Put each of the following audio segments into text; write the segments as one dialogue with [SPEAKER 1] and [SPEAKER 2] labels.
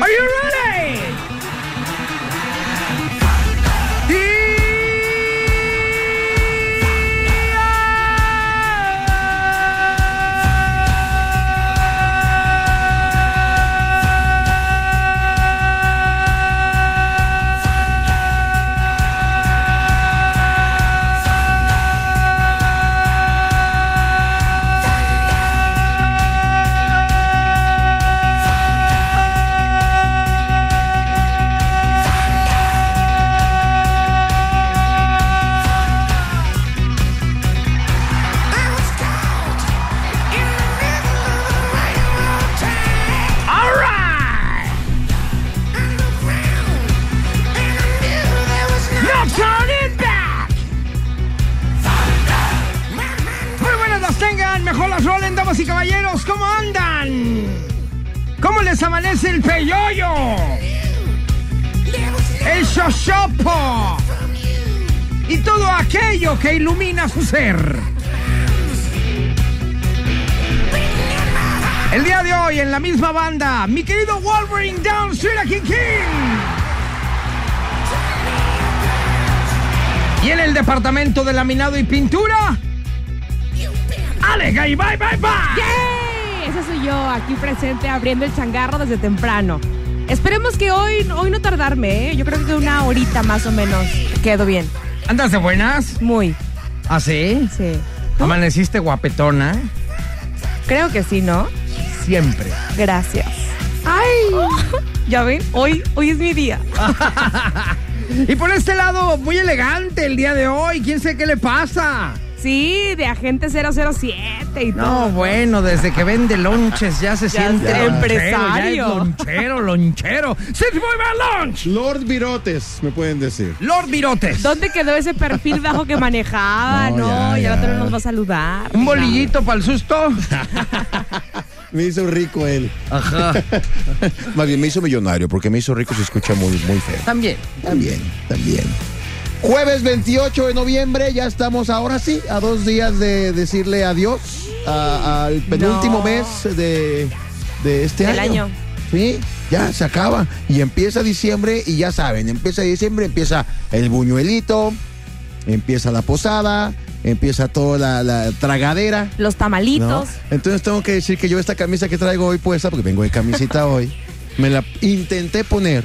[SPEAKER 1] Are you ready? y caballeros, ¿cómo andan? ¿Cómo les amanece el peyoyo? El xochopo. Y todo aquello que ilumina su ser. El día de hoy en la misma banda, mi querido Wolverine Down Street King King. Y en el departamento de laminado y pintura, Alega y bye bye bye.
[SPEAKER 2] Yeah, ese soy yo, aquí presente, abriendo el changarro desde temprano. Esperemos que hoy, hoy no tardarme, ¿eh? yo creo que una horita más o menos quedo bien.
[SPEAKER 1] ¿Andas de buenas?
[SPEAKER 2] Muy.
[SPEAKER 1] ¿Ah, sí?
[SPEAKER 2] Sí.
[SPEAKER 1] ¿Tú? ¿Amaneciste guapetona?
[SPEAKER 2] Creo que sí, ¿no?
[SPEAKER 1] Siempre.
[SPEAKER 2] Gracias. ¡Ay! Oh, ya ven, hoy, hoy es mi día.
[SPEAKER 1] y por este lado, muy elegante el día de hoy. ¿Quién sé qué le pasa?
[SPEAKER 2] Sí, de agente 007 y
[SPEAKER 1] no,
[SPEAKER 2] todo.
[SPEAKER 1] No, bueno, desde que vende lonches ya se ya siente
[SPEAKER 2] empresario.
[SPEAKER 1] Ya es lonchero, lonchero. ¡Sit muy bad lunch!
[SPEAKER 3] Lord Virotes, me pueden decir.
[SPEAKER 1] Lord Virotes.
[SPEAKER 2] ¿Dónde quedó ese perfil bajo que manejaba? No, no ya, ya, el otro no nos va a saludar.
[SPEAKER 1] ¿Un bolillito para el susto?
[SPEAKER 3] me hizo rico él. Ajá. Más bien, me hizo millonario, porque me hizo rico se escucha muy, muy feo.
[SPEAKER 1] También.
[SPEAKER 3] También, también. Jueves 28 de noviembre, ya estamos ahora sí, a dos días de decirle adiós al penúltimo no. mes de, de este
[SPEAKER 2] El
[SPEAKER 3] año.
[SPEAKER 2] año.
[SPEAKER 3] Sí, ya se acaba y empieza diciembre y ya saben, empieza diciembre, empieza el buñuelito, empieza la posada, empieza toda la, la, tragadera.
[SPEAKER 2] Los tamalitos.
[SPEAKER 3] ¿no? Entonces tengo que decir que yo esta camisa que traigo hoy puesta, porque vengo de camisita hoy, me la intenté poner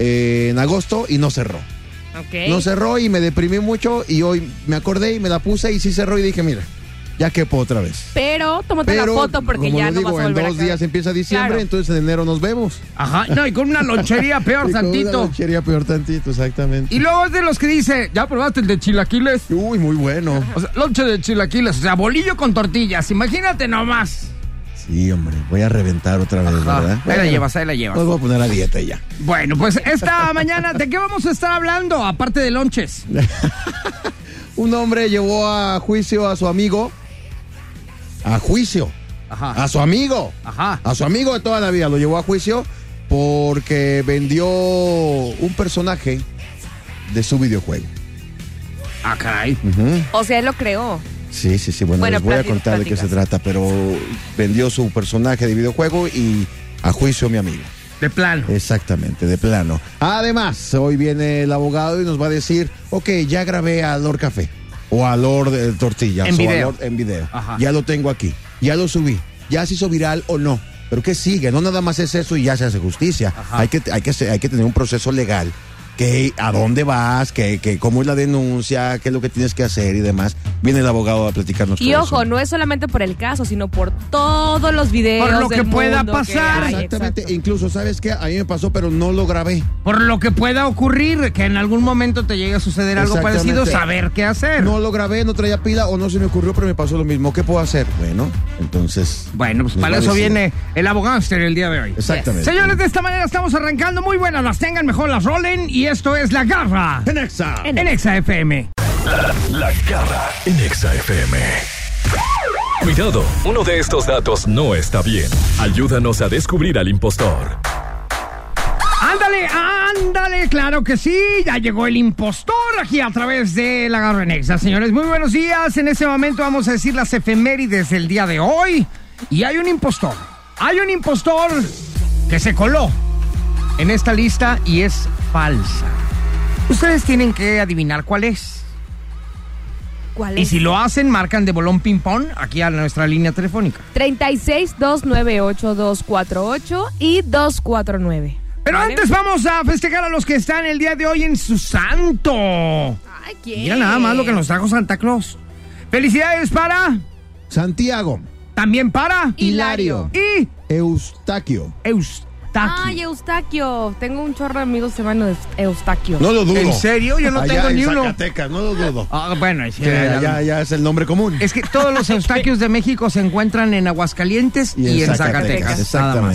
[SPEAKER 3] eh, en agosto y no cerró.
[SPEAKER 2] Okay.
[SPEAKER 3] No cerró y me deprimí mucho y hoy me acordé y me la puse y sí cerró y dije, mira, ya quepo otra vez.
[SPEAKER 2] Pero tómate Pero, la foto porque
[SPEAKER 3] como
[SPEAKER 2] ya
[SPEAKER 3] digo,
[SPEAKER 2] no vas a volver
[SPEAKER 3] en dos
[SPEAKER 2] a
[SPEAKER 3] días empieza diciembre,
[SPEAKER 2] Claro.
[SPEAKER 3] entonces en enero nos vemos.
[SPEAKER 1] Ajá, no, y con una lonchería peor
[SPEAKER 3] Y con
[SPEAKER 1] tantito.
[SPEAKER 3] una lonchería peor tantito, exactamente.
[SPEAKER 1] Y luego es de los que dice, ¿ya probaste el de chilaquiles?
[SPEAKER 3] Uy, muy bueno.
[SPEAKER 1] O sea, lonche de chilaquiles, o sea, bolillo con tortillas, imagínate nomás.
[SPEAKER 3] Sí, hombre, voy a reventar otra vez,
[SPEAKER 1] Ajá.
[SPEAKER 3] ¿verdad?
[SPEAKER 1] Ahí la llevas, ahí la llevas.
[SPEAKER 3] Nos voy a poner a dieta ya.
[SPEAKER 1] Bueno, pues esta mañana, ¿de qué vamos a estar hablando? Aparte de lonches.
[SPEAKER 3] Un hombre llevó a juicio a su amigo. A juicio.
[SPEAKER 1] Ajá.
[SPEAKER 3] A su amigo.
[SPEAKER 1] Ah. Ajá.
[SPEAKER 3] A su amigo de toda la vida lo llevó a juicio porque vendió un personaje de su videojuego.
[SPEAKER 1] Ah, caray.
[SPEAKER 2] O sea, él lo creó.
[SPEAKER 3] Sí, sí, sí. Bueno,
[SPEAKER 2] Bueno,
[SPEAKER 3] les voy
[SPEAKER 2] platica-
[SPEAKER 3] a contar de qué se
[SPEAKER 2] platica.
[SPEAKER 3] trata, pero vendió su personaje de videojuego y a juicio mi amigo.
[SPEAKER 1] De plano.
[SPEAKER 3] Exactamente, de plano. Además, hoy viene el abogado y nos va a decir, ok, ya grabé a Lord Café o a Lord eh, Tortillas
[SPEAKER 1] En
[SPEAKER 3] o a
[SPEAKER 1] video.
[SPEAKER 3] Lord- en video.
[SPEAKER 1] Ajá.
[SPEAKER 3] Ya lo tengo aquí, ya lo subí, ya se hizo viral o no. Pero ¿qué sigue? No nada más es eso y ya se hace justicia. Hay que, hay, que, se- hay que tener un proceso legal que a dónde vas, que, que cómo es la denuncia, qué es lo que tienes que hacer y demás. Viene el abogado a
[SPEAKER 1] Pues
[SPEAKER 3] platicarnos
[SPEAKER 2] Y
[SPEAKER 3] todo
[SPEAKER 2] ojo,
[SPEAKER 3] eso.
[SPEAKER 2] no es solamente por el caso, sino por todos los videos.
[SPEAKER 1] Por lo
[SPEAKER 2] del
[SPEAKER 1] que pueda
[SPEAKER 2] mundo
[SPEAKER 1] pasar.
[SPEAKER 2] hay,
[SPEAKER 3] Exactamente,
[SPEAKER 2] exacto.
[SPEAKER 3] incluso, ¿sabes qué? A mí me pasó, pero no lo grabé.
[SPEAKER 1] Por lo que pueda ocurrir, que en algún momento te llegue a suceder algo
[SPEAKER 3] Exactamente.
[SPEAKER 1] parecido, saber qué hacer.
[SPEAKER 3] No lo grabé, no traía pila o no se me ocurrió, pero me pasó lo mismo. ¿Qué puedo hacer? Bueno, entonces.
[SPEAKER 1] Bueno, pues
[SPEAKER 3] nos
[SPEAKER 1] para
[SPEAKER 3] va a
[SPEAKER 1] eso
[SPEAKER 3] decir.
[SPEAKER 1] viene el abogánster el día de hoy.
[SPEAKER 3] Exactamente.
[SPEAKER 1] Señores, de esta manera estamos arrancando. Muy buenas, las tengan, mejor las rolen. Y esto es La Garra
[SPEAKER 3] En Exa.
[SPEAKER 2] En-
[SPEAKER 1] en Exa FM.
[SPEAKER 4] La garra en Exa FM. Cuidado, uno de estos datos no está bien. Ayúdanos a descubrir al impostor.
[SPEAKER 1] Ándale, ándale, claro que sí. Ya llegó el impostor aquí a través de La Garra en Exa. Señores, muy buenos días. En este momento vamos a decir las efemérides del día de hoy. Y hay un impostor. Hay un impostor que se coló en esta lista y es falsa. Ustedes tienen que adivinar cuál es.
[SPEAKER 2] ¿Cuál
[SPEAKER 1] Y
[SPEAKER 2] es?
[SPEAKER 1] si lo hacen, marcan de bolón ping-pong aquí a nuestra línea telefónica.
[SPEAKER 2] 36 298 248 y 249.
[SPEAKER 1] Pero
[SPEAKER 2] ¿Vale?
[SPEAKER 1] antes vamos a festejar a los que están el día de hoy en su santo.
[SPEAKER 2] Ay, ¿quién?
[SPEAKER 1] Mira nada más lo que nos trajo Santa Claus. Felicidades para,
[SPEAKER 3] Santiago,
[SPEAKER 1] también para
[SPEAKER 3] Hilario.
[SPEAKER 1] y
[SPEAKER 3] Eustaquio.
[SPEAKER 2] Ay,
[SPEAKER 1] Eustaquio.
[SPEAKER 2] Eustaquio. Tengo un chorro de amigos que se llaman Eust- Eustaquio.
[SPEAKER 3] No lo dudo.
[SPEAKER 1] ¿En serio? Yo no
[SPEAKER 3] Allá
[SPEAKER 1] tengo
[SPEAKER 3] en
[SPEAKER 1] ni uno.
[SPEAKER 3] Zacatecas, no lo dudo.
[SPEAKER 1] Ah, bueno, es,
[SPEAKER 3] Que allá ya es el nombre común.
[SPEAKER 1] es que todos los Eustaquios de México se encuentran en Aguascalientes y, en Zacatecas.
[SPEAKER 3] Zacatecas,
[SPEAKER 1] nada más.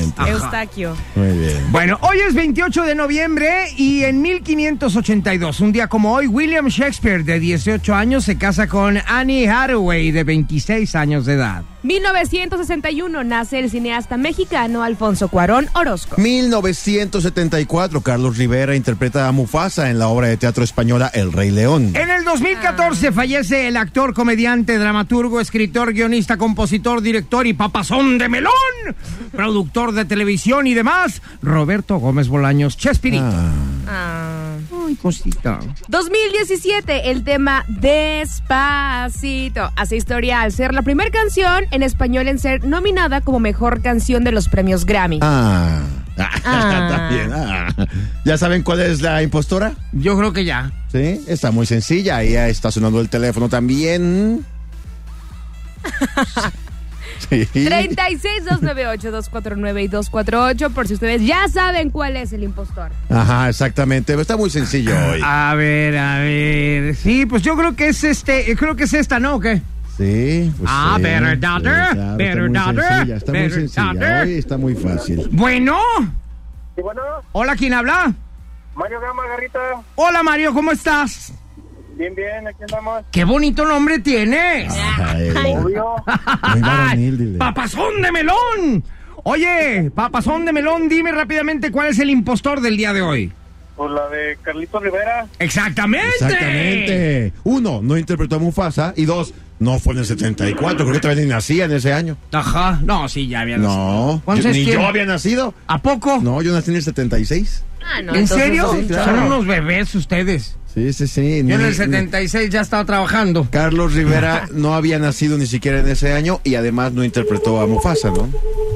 [SPEAKER 3] exactamente.
[SPEAKER 1] Ajá.
[SPEAKER 2] Eustaquio.
[SPEAKER 3] Muy bien.
[SPEAKER 1] Bueno, hoy es 28 de noviembre y en 1582, un día como hoy, William Shakespeare, de 18 años, se casa con Annie Hathaway, de 26 años de edad.
[SPEAKER 2] 1961 nace el cineasta mexicano Alfonso Cuarón Orozco.
[SPEAKER 3] 1974, Carlos Rivera interpreta a Mufasa en la obra de teatro española El Rey León.
[SPEAKER 1] En el 2014 fallece el actor, comediante, dramaturgo, escritor, guionista, compositor, director y papazón de melón, productor de televisión y demás, Roberto Gómez Bolaños Chespirito.
[SPEAKER 2] Ah.
[SPEAKER 1] Ay, cosita.
[SPEAKER 2] 2017, el tema Despacito. Hace historia al ser la primera canción en español en ser nominada como mejor canción de los premios Grammy.
[SPEAKER 3] Ah.
[SPEAKER 2] Ah.
[SPEAKER 3] Está bien, ah. ¿Ya saben cuál es la impostora?
[SPEAKER 1] Yo creo que ya.
[SPEAKER 3] Sí, está muy sencilla. Ahí está sonando el teléfono también. Sí.
[SPEAKER 2] 36 298 249 y 248 por si ustedes ya saben cuál es el impostor.
[SPEAKER 3] Ajá, exactamente. Pero Está muy sencillo hoy.
[SPEAKER 1] A ver, a ver. Sí, pues yo creo que es este, eh, creo que es esta, ¿no? ¿O qué?
[SPEAKER 3] Sí. pues
[SPEAKER 1] Ah,
[SPEAKER 3] sí,
[SPEAKER 1] better
[SPEAKER 3] sí,
[SPEAKER 1] daughter,
[SPEAKER 3] claro,
[SPEAKER 1] better
[SPEAKER 3] está muy
[SPEAKER 1] daughter,
[SPEAKER 3] sencilla, Está muy
[SPEAKER 1] better
[SPEAKER 3] sencilla.
[SPEAKER 1] daughter.
[SPEAKER 3] Hoy está muy fácil.
[SPEAKER 1] Bueno.
[SPEAKER 5] Y bueno,
[SPEAKER 1] Hola, ¿quién habla?
[SPEAKER 5] Mario Gama, Garrita,
[SPEAKER 1] Hola, Mario, ¿cómo estás?
[SPEAKER 5] bien, bien, aquí andamos.
[SPEAKER 1] Qué bonito nombre tienes.
[SPEAKER 3] Ay,
[SPEAKER 5] Obvio,
[SPEAKER 3] muy varonil, dile.
[SPEAKER 1] ¡Papazón de melón! Oye, papazón de melón, dime rápidamente cuál es el impostor del día de hoy.
[SPEAKER 5] pues la de Carlito Rivera,
[SPEAKER 1] ¡Exactamente!
[SPEAKER 3] Exactamente. Uno, no interpretó a Mufasa. Y dos, no fue en el 74. Creo que todavía ni nacía en ese año.
[SPEAKER 1] Ajá, no, sí, ya había
[SPEAKER 3] No.
[SPEAKER 1] ¿Cuántos
[SPEAKER 3] yo-
[SPEAKER 1] años
[SPEAKER 3] ni
[SPEAKER 1] tiene?
[SPEAKER 3] yo había nacido.
[SPEAKER 1] ¿A poco?
[SPEAKER 3] No, yo nací en el 76.
[SPEAKER 2] Ah, no,
[SPEAKER 1] ¿En
[SPEAKER 2] entonces
[SPEAKER 1] serio?
[SPEAKER 2] no.
[SPEAKER 3] sí, claro.
[SPEAKER 1] Son unos bebés ustedes.
[SPEAKER 3] Sí, sí, sí.
[SPEAKER 1] Yo en
[SPEAKER 3] Ni-
[SPEAKER 1] el
[SPEAKER 3] ni-
[SPEAKER 1] 76 ya estaba trabajando.
[SPEAKER 3] Carlos Rivera no había nacido ni siquiera en ese año y además no interpretó a Mufasa, ¿no?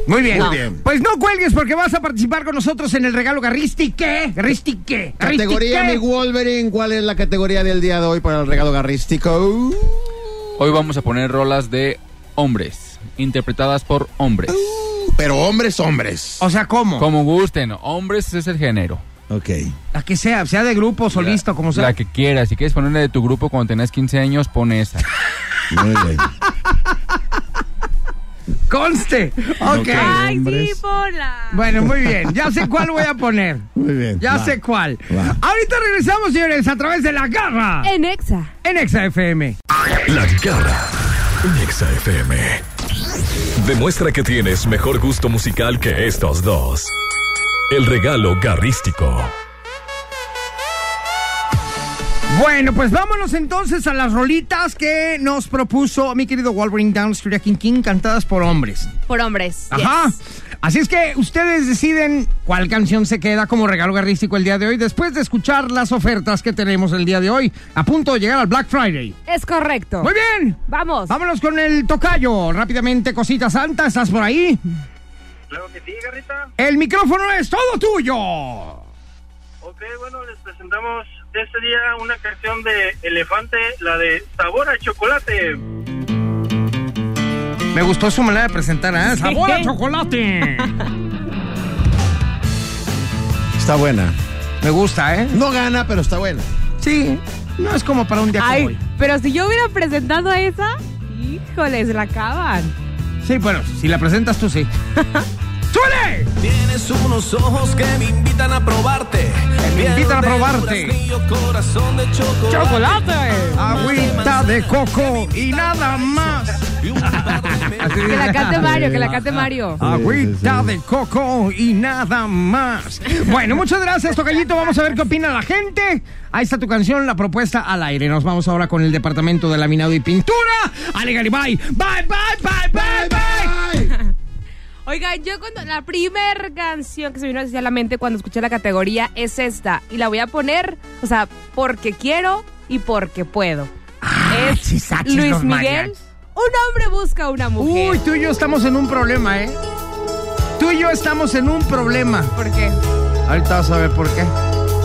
[SPEAKER 1] Muy bien.
[SPEAKER 3] Muy bien.
[SPEAKER 1] Pues no cuelgues porque vas a participar con nosotros en el regalo garristique. Garristique.
[SPEAKER 3] Categoría mi Wolverine, ¿cuál es la categoría del día de hoy para el regalo garrístico?
[SPEAKER 6] Hoy vamos a poner rolas de hombres, interpretadas por hombres.
[SPEAKER 3] Pero hombres, hombres.
[SPEAKER 1] O sea, ¿cómo?
[SPEAKER 6] Como gusten, hombres es el género.
[SPEAKER 3] Ok.
[SPEAKER 1] La que sea, sea de grupo, solista, como sea.
[SPEAKER 6] La que quieras. Si quieres ponerle de tu grupo cuando tenés 15 años, pon esa.
[SPEAKER 3] Muy bien.
[SPEAKER 1] Conste. Ok.
[SPEAKER 3] Ay,
[SPEAKER 2] Ay, sí,
[SPEAKER 3] Hombres.
[SPEAKER 2] bola.
[SPEAKER 1] Bueno, muy bien. Ya sé cuál voy a poner.
[SPEAKER 3] Muy bien.
[SPEAKER 1] Ya
[SPEAKER 3] Va.
[SPEAKER 1] sé cuál.
[SPEAKER 3] Va.
[SPEAKER 1] Ahorita regresamos, señores, a través de la garra
[SPEAKER 2] En Exa.
[SPEAKER 1] en Exa FM.
[SPEAKER 4] La garra en Exa FM. Demuestra que tienes mejor gusto musical que estos dos. El regalo garrístico.
[SPEAKER 1] Bueno, pues vámonos entonces a las rolitas que nos propuso mi querido Wolverine Downstreet King King, cantadas por hombres.
[SPEAKER 2] Por hombres.
[SPEAKER 1] Ajá.
[SPEAKER 2] yes.
[SPEAKER 1] Así es que ustedes deciden cuál canción se queda como regalo garrístico el día de hoy, después de escuchar las ofertas que tenemos el día de hoy, a punto de llegar al Black Friday.
[SPEAKER 2] Es correcto.
[SPEAKER 1] Muy bien.
[SPEAKER 2] Vamos.
[SPEAKER 1] Vámonos con el tocayo. Rápidamente, cosita santa, ¿estás por ahí?
[SPEAKER 5] claro que sí, Garrita.
[SPEAKER 1] El micrófono es todo tuyo.
[SPEAKER 5] Ok, bueno, les presentamos este día una canción de Elefante, la de Sabor a Chocolate.
[SPEAKER 1] Me gustó su manera de presentar, ¿eh? ¡Sabor a chocolate!
[SPEAKER 3] Está buena.
[SPEAKER 1] Me gusta, ¿eh?
[SPEAKER 3] No gana, pero está buena.
[SPEAKER 1] Sí, no es como para un día como
[SPEAKER 2] Ay,
[SPEAKER 1] hoy.
[SPEAKER 2] pero si yo hubiera presentado esa, híjoles, la acaban.
[SPEAKER 1] Sí, bueno, si la presentas tú, sí. ¡Suele!
[SPEAKER 7] Tienes unos ojos que me invitan a probarte.
[SPEAKER 1] me
[SPEAKER 7] Piel
[SPEAKER 1] invitan a
[SPEAKER 7] de
[SPEAKER 1] probarte.
[SPEAKER 7] duraznillo, corazón de chocolate.
[SPEAKER 1] ¡Chocolate! Agüita de coco y nada más.
[SPEAKER 7] Y un par de medias
[SPEAKER 1] Así
[SPEAKER 2] Que
[SPEAKER 1] dice.
[SPEAKER 2] la cante Mario, que la cante Mario.
[SPEAKER 1] Agüita de coco y nada más. Bueno, muchas gracias, Tocallito. Vamos a ver qué opina la gente. Ahí está tu canción, la propuesta al aire. Nos vamos ahora con el departamento de laminado y pintura. Ale Garibay. Bye, bye, bye, bye, bye.
[SPEAKER 2] Oiga, yo cuando la primer canción que se me vino hacia la mente cuando escuché la categoría es esta y la voy a poner, o sea, porque quiero y porque puedo.
[SPEAKER 1] Ah,
[SPEAKER 2] es
[SPEAKER 1] chisachis,
[SPEAKER 2] Luis
[SPEAKER 1] los
[SPEAKER 2] Miguel.
[SPEAKER 1] mariachis.
[SPEAKER 2] Un hombre busca una mujer.
[SPEAKER 1] Uy, tú y yo estamos en un problema, ¿eh? Tú y yo estamos en un problema.
[SPEAKER 2] ¿Por qué?
[SPEAKER 1] Ahorita vas a ver por qué.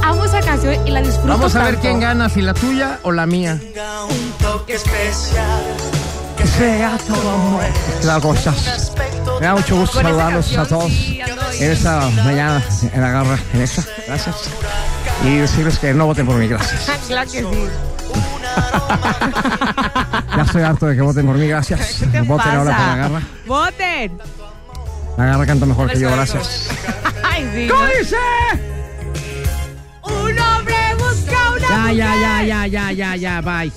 [SPEAKER 2] Amo esa canción y la disfruto
[SPEAKER 1] Vamos a ver
[SPEAKER 2] tanto.
[SPEAKER 1] quién gana, si la tuya o la mía.
[SPEAKER 7] tenga un toque especial.
[SPEAKER 1] Que sea todo amor. Las rosas. Me da mucho gusto
[SPEAKER 2] Con esa
[SPEAKER 1] saludarlos a
[SPEAKER 2] canción,
[SPEAKER 1] todos
[SPEAKER 2] sí, ando ahí.
[SPEAKER 1] en esta mañana en la garra, en esta. Gracias. Y decirles que no voten por mí, gracias.
[SPEAKER 2] Ah, Claro que sí.
[SPEAKER 1] Ya estoy harto de que voten por mí, gracias.
[SPEAKER 2] ¿Qué
[SPEAKER 1] Voten ahora por la garra.
[SPEAKER 2] ¡Voten!
[SPEAKER 1] La garra canta mejor que yo,
[SPEAKER 2] Eso,
[SPEAKER 1] gracias.
[SPEAKER 2] eso. Ay, sí. ¿no?
[SPEAKER 1] dice?
[SPEAKER 2] Un hombre busca una
[SPEAKER 1] Ya,
[SPEAKER 2] mujer.
[SPEAKER 1] ya, ya, ya, ya, ya, ya, bye.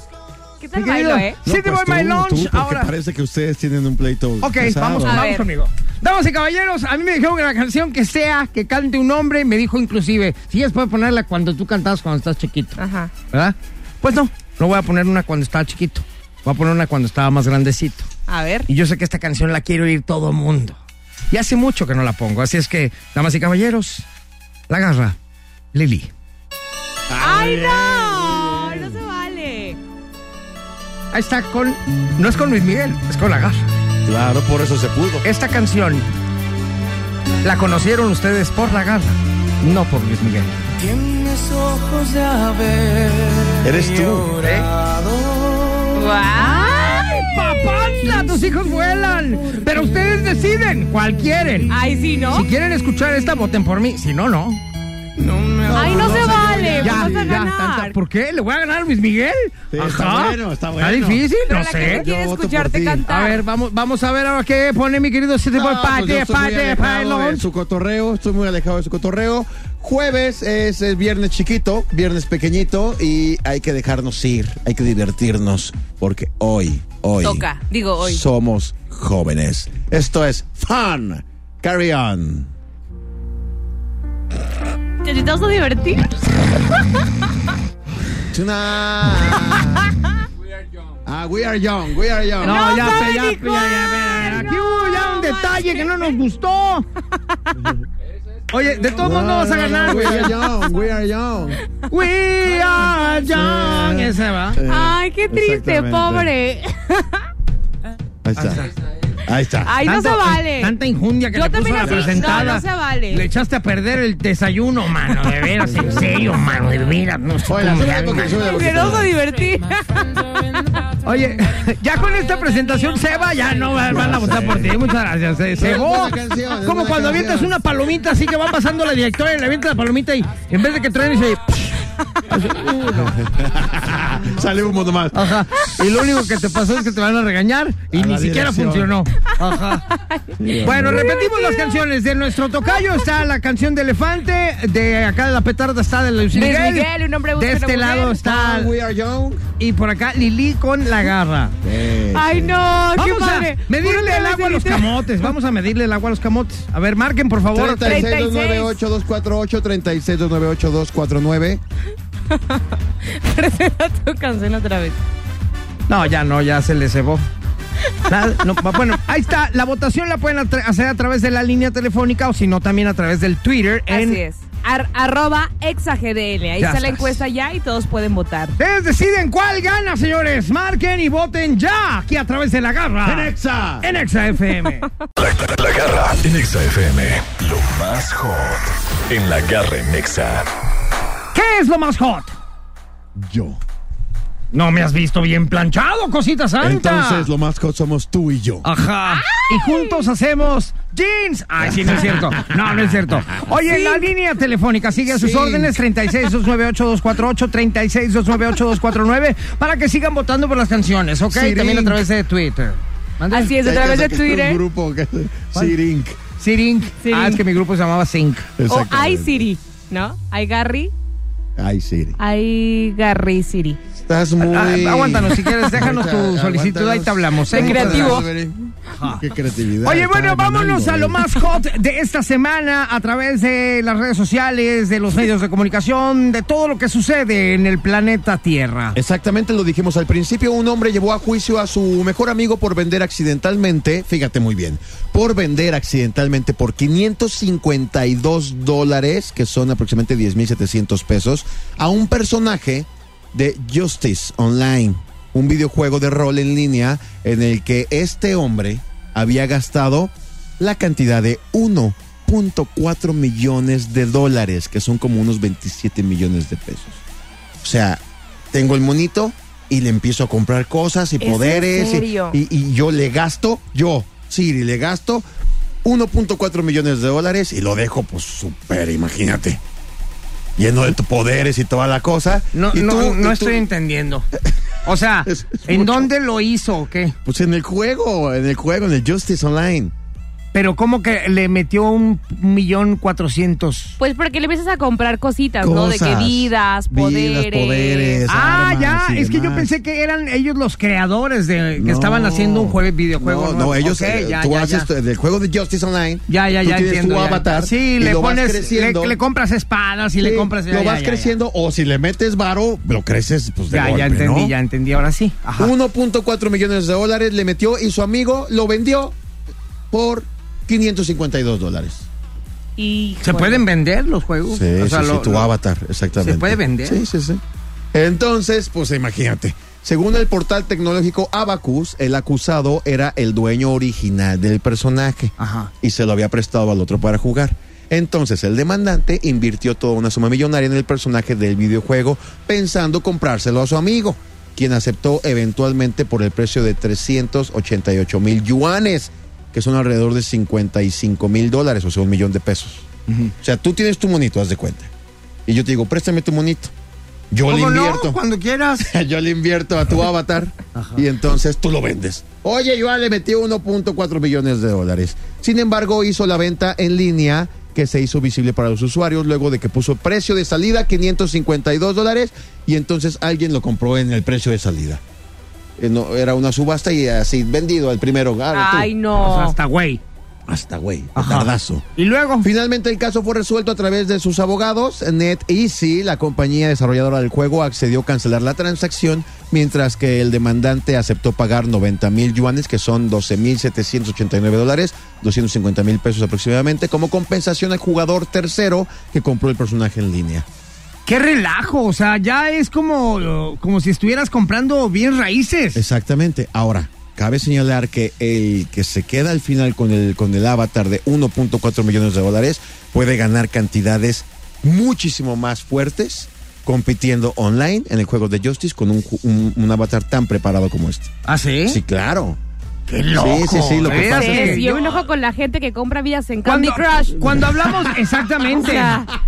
[SPEAKER 2] ¿Qué tal bailo, eh?
[SPEAKER 1] City
[SPEAKER 3] pues
[SPEAKER 1] Boy My Lunch, ahora.
[SPEAKER 3] parece que ustedes tienen un pleito.
[SPEAKER 1] Ok, vamos,
[SPEAKER 2] A
[SPEAKER 1] vamos
[SPEAKER 2] ver.
[SPEAKER 1] conmigo. Damas y caballeros, a mí me dijeron que la canción que sea, que cante un hombre, me dijo inclusive, si ellas pueden ponerla cuando tú cantabas cuando estás chiquito,
[SPEAKER 2] Ajá.
[SPEAKER 1] ¿verdad? Pues no, no voy a poner una cuando estaba chiquito, voy a poner una cuando estaba más grandecito.
[SPEAKER 2] A ver.
[SPEAKER 1] Y yo sé que esta canción la quiero oír todo mundo. Y hace mucho que no la pongo, así es que, damas y caballeros, la garra, Lili.
[SPEAKER 2] ¡Ay, no! No se vale.
[SPEAKER 1] Ahí está con, no es con Luis Miguel, es con la garra.
[SPEAKER 3] Claro, por eso se pudo.
[SPEAKER 1] Esta canción la conocieron ustedes por la garra, no por Luis Miguel.
[SPEAKER 7] Tienes ojos de haber.
[SPEAKER 3] Eres tú.
[SPEAKER 1] ¿eh?
[SPEAKER 2] ¡Guau!
[SPEAKER 1] ¡Papantla! ¡Tus hijos vuelan! Pero ustedes deciden cuál quieren.
[SPEAKER 2] Ay, sí, ¿no?
[SPEAKER 1] Si quieren escuchar esta, voten por mí. Si no, no.
[SPEAKER 2] Ay, no se vale.
[SPEAKER 1] Ya,
[SPEAKER 2] Vamos
[SPEAKER 1] ya.
[SPEAKER 2] a ganar.
[SPEAKER 1] tanta- ¿Por qué? ¿Le voy a ganar a Luis Miguel?
[SPEAKER 3] Sí, está bueno, está bueno.
[SPEAKER 1] difícil?
[SPEAKER 2] Pero
[SPEAKER 1] no
[SPEAKER 2] la
[SPEAKER 1] sé.
[SPEAKER 2] gente quiere
[SPEAKER 3] Yo voto por
[SPEAKER 2] escucharte
[SPEAKER 3] ti.
[SPEAKER 2] cantar.
[SPEAKER 1] A ver, vamos, vamos a ver ahora qué pone mi querido City Boy.
[SPEAKER 3] pues
[SPEAKER 1] Pate, pate,
[SPEAKER 3] de
[SPEAKER 1] pate,
[SPEAKER 3] su cotorreo, estoy muy alejado de su cotorreo. Jueves es, es viernes chiquito, viernes pequeñito y hay que dejarnos ir, hay que divertirnos porque hoy, hoy
[SPEAKER 2] Toca, digo hoy.
[SPEAKER 3] somos jóvenes. Esto es fun. Carry on.
[SPEAKER 2] ¿Te te vas a divertir?
[SPEAKER 3] Tonight. Ah, we are young, we are young.
[SPEAKER 1] No,
[SPEAKER 2] No
[SPEAKER 1] ya,
[SPEAKER 2] sabe
[SPEAKER 1] ya, ya,
[SPEAKER 2] ni
[SPEAKER 1] ya,
[SPEAKER 2] cuál,
[SPEAKER 1] ya, ya, Aquí
[SPEAKER 2] no,
[SPEAKER 1] hubo ya un
[SPEAKER 2] no
[SPEAKER 1] detalle
[SPEAKER 2] manches.
[SPEAKER 1] que no nos gustó. Oye, de todos modos no vas a ganar,
[SPEAKER 3] Ah, We
[SPEAKER 1] güey.
[SPEAKER 3] are young, we are young.
[SPEAKER 1] We are young. Ese va.
[SPEAKER 2] Ay, qué triste,
[SPEAKER 3] Exactamente.
[SPEAKER 2] pobre.
[SPEAKER 3] Ahí está. Ahí está.
[SPEAKER 2] Ay, no se
[SPEAKER 1] Tanto-
[SPEAKER 2] vale.
[SPEAKER 1] Tanta injundia que
[SPEAKER 2] Yo
[SPEAKER 1] le puso
[SPEAKER 2] también
[SPEAKER 1] la
[SPEAKER 2] así.
[SPEAKER 1] presentada.
[SPEAKER 2] No, no se vale.
[SPEAKER 1] Le echaste a perder el desayuno, mano. De veras, en serio, mano. De veras, no sé
[SPEAKER 3] Oye,
[SPEAKER 1] cómo
[SPEAKER 3] la
[SPEAKER 1] le hago,
[SPEAKER 3] tengo que
[SPEAKER 1] mano.
[SPEAKER 3] subir de
[SPEAKER 2] Que no se
[SPEAKER 3] poquito.
[SPEAKER 2] divertir.
[SPEAKER 1] Oye, ya con esta presentación, Seba, ya no va- van a votar por ti. Muchas gracias. Se
[SPEAKER 3] es
[SPEAKER 1] cebó.
[SPEAKER 3] buena canción, es
[SPEAKER 1] Como
[SPEAKER 3] buena
[SPEAKER 1] cuando avientas
[SPEAKER 3] canción.
[SPEAKER 1] una palomita así que va pasando la directora y le avientas la palomita y en vez de que truene, se.
[SPEAKER 3] Sale humo nomás.
[SPEAKER 1] Ajá. Y lo único que te pasó es que te van a regañar y
[SPEAKER 3] A
[SPEAKER 1] ni
[SPEAKER 3] la
[SPEAKER 1] siquiera
[SPEAKER 3] dirección.
[SPEAKER 1] funcionó. Ajá. Bueno, repetimos las canciones. De nuestro tocayo está la canción de Elefante. De acá de la petarda está de Luis
[SPEAKER 2] Luis
[SPEAKER 1] Miguel.
[SPEAKER 2] Miguel, un hombre busca
[SPEAKER 1] De este
[SPEAKER 2] una mujer. Ah,
[SPEAKER 1] lado está.
[SPEAKER 3] We are young.
[SPEAKER 1] Y por acá Lili con la garra. Ah,
[SPEAKER 2] Ay, no, qué
[SPEAKER 1] Vamos a
[SPEAKER 2] padre. Puro
[SPEAKER 1] medirle el agua a los
[SPEAKER 2] televidente.
[SPEAKER 1] camotes. Vamos a medirle el agua a los camotes. A ver, marquen por favor.
[SPEAKER 3] 36298248, 36298249.
[SPEAKER 2] Presenta tu canción otra vez.
[SPEAKER 1] No, ya no, ya se le cebó. Nada, no, va- bueno, ahí está. La votación la pueden atra- hacer a través de la línea telefónica o si no también a través del Twitter en
[SPEAKER 2] Así es. Ar- arroba exagdl. Ahí
[SPEAKER 1] Ya
[SPEAKER 2] está la
[SPEAKER 1] estás.
[SPEAKER 2] encuesta ya y todos pueden votar.
[SPEAKER 1] Ustedes deciden cuál gana, señores. Marquen y voten ya aquí a través de la garra. En
[SPEAKER 3] Exa.
[SPEAKER 1] En Exa FM.
[SPEAKER 4] La garra en Exa FM. Lo más hot en la garra en Exa.
[SPEAKER 1] ¿Qué es lo más hot?
[SPEAKER 8] Yo.
[SPEAKER 1] No me has visto bien planchado, cosita santa.
[SPEAKER 8] Entonces, lo más hot somos tú y yo.
[SPEAKER 1] Ajá. Y juntos hacemos jeans. Ay, sí, no es cierto. No, no es cierto. Oye, la línea telefónica sigue a sus
[SPEAKER 8] Sí.
[SPEAKER 1] órdenes 36298248, 36298249, para que sigan votando por las canciones, ¿ok?
[SPEAKER 8] Sirín.
[SPEAKER 1] También a través de Twitter. ¿Mande?
[SPEAKER 2] Así es, a
[SPEAKER 8] Ya
[SPEAKER 2] través de
[SPEAKER 8] sacaste Un
[SPEAKER 2] Twitter
[SPEAKER 8] grupo que Sirink.
[SPEAKER 1] Oh, Sirink.
[SPEAKER 2] Sirink.
[SPEAKER 1] Ah, es que mi grupo se llamaba Sync.
[SPEAKER 2] o
[SPEAKER 8] Exactamente.
[SPEAKER 2] iSiri, ¿no? iGarry,
[SPEAKER 8] Ay, Siri.
[SPEAKER 2] iGarry Siri.
[SPEAKER 8] Estás muy.
[SPEAKER 1] Ah, aguántanos, si quieres, déjanos tu
[SPEAKER 8] Ahorita,
[SPEAKER 1] solicitud, ahí te hablamos. ¿eh?
[SPEAKER 2] Qué
[SPEAKER 1] Muchas
[SPEAKER 2] creativo.
[SPEAKER 1] gracias.
[SPEAKER 8] Qué creatividad.
[SPEAKER 1] Oye, bueno,
[SPEAKER 8] Está
[SPEAKER 1] vámonos
[SPEAKER 8] ganando,
[SPEAKER 1] a lo
[SPEAKER 8] eh.
[SPEAKER 1] más hot de esta semana a través de las redes sociales, de los medios de comunicación, de todo lo que sucede en el planeta Tierra.
[SPEAKER 3] Exactamente lo dijimos al principio, un hombre llevó a juicio a su mejor amigo por vender accidentalmente, fíjate muy bien, por vender accidentalmente por 552 dólares, que son aproximadamente 10.700 pesos, a un personaje de Justice Online, un videojuego de rol en línea en el que este hombre había gastado la cantidad de 1.4 millones de dólares, que son como unos 27 millones de pesos. O sea, tengo el monito y le empiezo a comprar cosas y
[SPEAKER 2] ¿Es en
[SPEAKER 3] poderes. y-
[SPEAKER 2] serio?
[SPEAKER 3] Y, y yo le gasto, yo, Siri, le gasto 1.4 millones de dólares y lo dejo, pues, súper, imagínate. Lleno de tu poderes y toda la cosa.
[SPEAKER 1] No,
[SPEAKER 3] Y
[SPEAKER 1] no,
[SPEAKER 3] tú- y
[SPEAKER 1] no
[SPEAKER 3] tú-
[SPEAKER 1] estoy entendiendo. O sea,
[SPEAKER 3] Es- es
[SPEAKER 1] ¿en
[SPEAKER 3] mucho.
[SPEAKER 1] dónde lo hizo o qué?
[SPEAKER 3] Pues en el juego, en el juego, en el Justice Online.
[SPEAKER 1] Pero ¿cómo que le metió un millón cuatrocientos?
[SPEAKER 2] Pues porque le empiezas a comprar cositas, ¿no? De que
[SPEAKER 3] Cosas.
[SPEAKER 2] vidas,
[SPEAKER 3] Vidas,
[SPEAKER 2] poderes.
[SPEAKER 3] poderes.
[SPEAKER 1] Ah,
[SPEAKER 3] armas
[SPEAKER 1] ya,
[SPEAKER 3] y
[SPEAKER 1] es que yo
[SPEAKER 3] demás.
[SPEAKER 1] pensé que eran ellos los creadores de que
[SPEAKER 3] No.
[SPEAKER 1] estaban haciendo un jueves videojuego.
[SPEAKER 3] No, no,
[SPEAKER 1] nuevo.
[SPEAKER 3] ellos,
[SPEAKER 1] Ok,
[SPEAKER 3] eh,
[SPEAKER 1] ya,
[SPEAKER 3] tú
[SPEAKER 1] ya,
[SPEAKER 3] haces
[SPEAKER 1] ya.
[SPEAKER 3] tu- del juego de Justice Online.
[SPEAKER 1] Ya, ya,
[SPEAKER 3] tú
[SPEAKER 1] ya
[SPEAKER 3] tienes
[SPEAKER 1] entiendo.
[SPEAKER 3] tu
[SPEAKER 1] ya.
[SPEAKER 3] avatar.
[SPEAKER 1] Sí,
[SPEAKER 3] y
[SPEAKER 1] le
[SPEAKER 3] lo vas
[SPEAKER 1] pones, le,
[SPEAKER 3] creciendo.
[SPEAKER 1] le compras espadas y le
[SPEAKER 3] Sí,
[SPEAKER 1] compras. ya,
[SPEAKER 3] lo
[SPEAKER 1] ya,
[SPEAKER 3] vas
[SPEAKER 1] ya, ya.
[SPEAKER 3] creciendo o si le metes varo, lo creces pues de
[SPEAKER 1] Ya,
[SPEAKER 3] golpe,
[SPEAKER 1] ya entendí,
[SPEAKER 3] ¿no?
[SPEAKER 1] ya entendí, ahora sí. Ajá.
[SPEAKER 3] 1.4 millones de dólares le metió y su amigo lo vendió por 552 dólares.
[SPEAKER 2] Y,
[SPEAKER 1] ¿Se pueden vender los juegos?
[SPEAKER 3] Sí,
[SPEAKER 1] O sea,
[SPEAKER 3] sí, sí,
[SPEAKER 1] lo-
[SPEAKER 3] tu
[SPEAKER 1] lo-
[SPEAKER 3] avatar, exactamente.
[SPEAKER 1] ¿se puede vender?
[SPEAKER 3] Sí, sí, sí. Entonces, pues imagínate. Según el portal tecnológico Abacus, el acusado era el dueño original del personaje
[SPEAKER 1] Ajá.
[SPEAKER 3] y se lo había prestado al otro para jugar. Entonces el demandante invirtió toda una suma millonaria en el personaje del videojuego pensando comprárselo a su amigo, quien aceptó eventualmente por el precio de 388 mil yuanes, que son alrededor de 55 mil dólares, o sea, un millón de pesos. O sea, tú tienes tu monito, haz de cuenta. Y yo te digo, préstame tu monito. Yo le
[SPEAKER 1] ¿Cómo no?
[SPEAKER 3] invierto.
[SPEAKER 1] Cuando quieras.
[SPEAKER 3] Yo le invierto a tu avatar y entonces tú lo vendes. Oye, yo le metí 1.4 millones de dólares. Sin embargo, hizo la venta en línea que se hizo visible para los usuarios luego de que puso precio de salida 552 dólares y entonces alguien lo compró en el precio de salida. Eh, no, era una subasta y así vendido al primero. Ah, tú.
[SPEAKER 2] Ay,
[SPEAKER 1] O sea,
[SPEAKER 2] no.
[SPEAKER 1] hasta güey.
[SPEAKER 3] Hasta güey,
[SPEAKER 1] Ajá.
[SPEAKER 3] tardazo.
[SPEAKER 1] Y luego.
[SPEAKER 3] Finalmente el caso fue resuelto a través de sus abogados. NetEasy, la compañía desarrolladora del juego, accedió a cancelar la transacción, mientras que el demandante aceptó pagar 90 mil yuanes, que son 12 mil 789 dólares, 250 mil pesos aproximadamente, como compensación al jugador tercero que compró el personaje en línea.
[SPEAKER 1] ¡Qué relajo! O sea, ya es como, como si estuvieras comprando bien raíces.
[SPEAKER 3] Exactamente. Ahora, cabe señalar que el que se queda al final con el, con el avatar de 1.4 millones de dólares puede ganar cantidades muchísimo más fuertes compitiendo online en el juego de Justice con un, ju- un- un avatar tan preparado como este.
[SPEAKER 1] ¿Ah, sí?
[SPEAKER 3] Sí, claro.
[SPEAKER 1] ¡Qué loco! ¿Eh?
[SPEAKER 3] Sí, sí, sí, lo que
[SPEAKER 1] ¿Ves?
[SPEAKER 3] pasa
[SPEAKER 2] Sí,
[SPEAKER 3] es
[SPEAKER 2] sí, yo me enojo con la gente que compra vidas en Candy
[SPEAKER 1] Cuando,
[SPEAKER 2] Crush.
[SPEAKER 1] cuando hablamos, exactamente.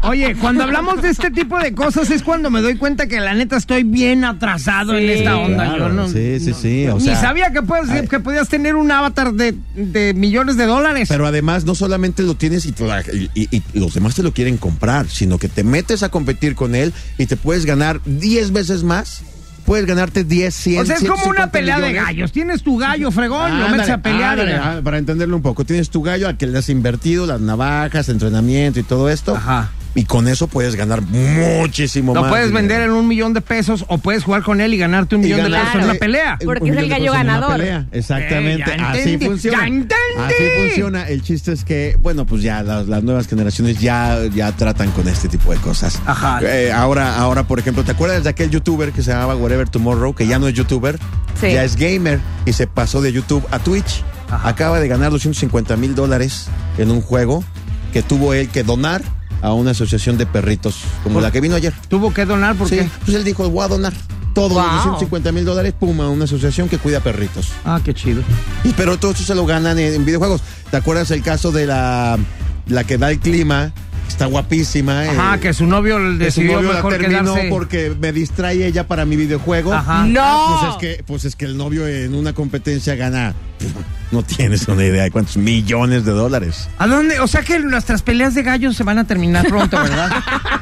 [SPEAKER 1] Oye, cuando hablamos de este tipo de cosas es cuando me doy cuenta que la neta estoy bien atrasado en
[SPEAKER 2] Sí.
[SPEAKER 1] esta onda. Yo
[SPEAKER 3] Claro,
[SPEAKER 1] no-
[SPEAKER 3] sí, sí,
[SPEAKER 1] no-
[SPEAKER 3] sí, o
[SPEAKER 1] ni
[SPEAKER 3] sea,
[SPEAKER 1] sabía que, puedes-
[SPEAKER 3] ay.
[SPEAKER 1] que podías tener un avatar de, de millones de dólares.
[SPEAKER 3] Pero además no solamente lo tienes y, te la- y- y- y los demás te lo quieren comprar, sino que te metes a competir con él y te puedes ganar 10 veces más. Puedes ganarte 10, 100,
[SPEAKER 1] o sea, es como una
[SPEAKER 3] 150
[SPEAKER 1] pelea de
[SPEAKER 3] millones.
[SPEAKER 1] gallos. Tienes tu gallo fregón, lo metes a
[SPEAKER 3] Ándale,
[SPEAKER 1] pelear.
[SPEAKER 3] ándale,
[SPEAKER 1] y-
[SPEAKER 3] ah, para entenderlo un poco, tienes tu gallo al que le has invertido las navajas, entrenamiento y todo esto.
[SPEAKER 1] Ajá.
[SPEAKER 3] Y con eso puedes ganar muchísimo más.
[SPEAKER 1] Lo puedes
[SPEAKER 3] dinero.
[SPEAKER 1] vender en un millón de pesos o puedes jugar con él y ganarte un
[SPEAKER 3] Y
[SPEAKER 1] millón de
[SPEAKER 3] ganar,
[SPEAKER 1] pesos en
[SPEAKER 3] eh,
[SPEAKER 1] una pelea.
[SPEAKER 3] un
[SPEAKER 2] Porque
[SPEAKER 3] millón
[SPEAKER 2] es el
[SPEAKER 3] de
[SPEAKER 2] gallo
[SPEAKER 3] pesos en una
[SPEAKER 2] ganador.
[SPEAKER 3] pelea. Exactamente.
[SPEAKER 1] Eh, ya
[SPEAKER 3] Así
[SPEAKER 1] entendí,
[SPEAKER 3] funciona.
[SPEAKER 1] ya entendí.
[SPEAKER 3] Así funciona. El chiste es que, bueno, pues ya las, las nuevas generaciones ya, ya tratan con este tipo de cosas.
[SPEAKER 1] Ajá.
[SPEAKER 3] Eh, ahora, ahora, por ejemplo, ¿te acuerdas de aquel youtuber que se llamaba Whatever Tomorrow, que ya no es youtuber?
[SPEAKER 2] Sí.
[SPEAKER 3] Ya es gamer y se pasó de YouTube a Twitch. Acaba de ganar 250 mil dólares en un juego que tuvo él que donar a una asociación de perritos, como
[SPEAKER 1] Por-
[SPEAKER 3] la que vino ayer.
[SPEAKER 1] Tuvo que donar porque.
[SPEAKER 3] Sí, pues él dijo, voy a donar todo,
[SPEAKER 1] Wow.
[SPEAKER 3] 250 mil dólares, pum, a una asociación que cuida perritos.
[SPEAKER 1] Ah, qué chido.
[SPEAKER 3] Y pero todo esto se lo ganan en, en videojuegos. ¿Te acuerdas el caso de la, la que da el clima? Está guapísima. eh,
[SPEAKER 1] Ajá, que su novio
[SPEAKER 3] que su
[SPEAKER 1] decidió
[SPEAKER 3] novio la
[SPEAKER 1] mejor
[SPEAKER 3] terminó
[SPEAKER 1] quedarse.
[SPEAKER 3] porque me distrae ella para mi videojuego.
[SPEAKER 1] Ajá.
[SPEAKER 2] ¡No!
[SPEAKER 3] Pues es que, pues es que el novio en una competencia gana. pues, No tienes una idea de cuántos millones de dólares.
[SPEAKER 1] ¿A dónde? O sea que nuestras peleas de gallos se van a terminar pronto, ¿verdad?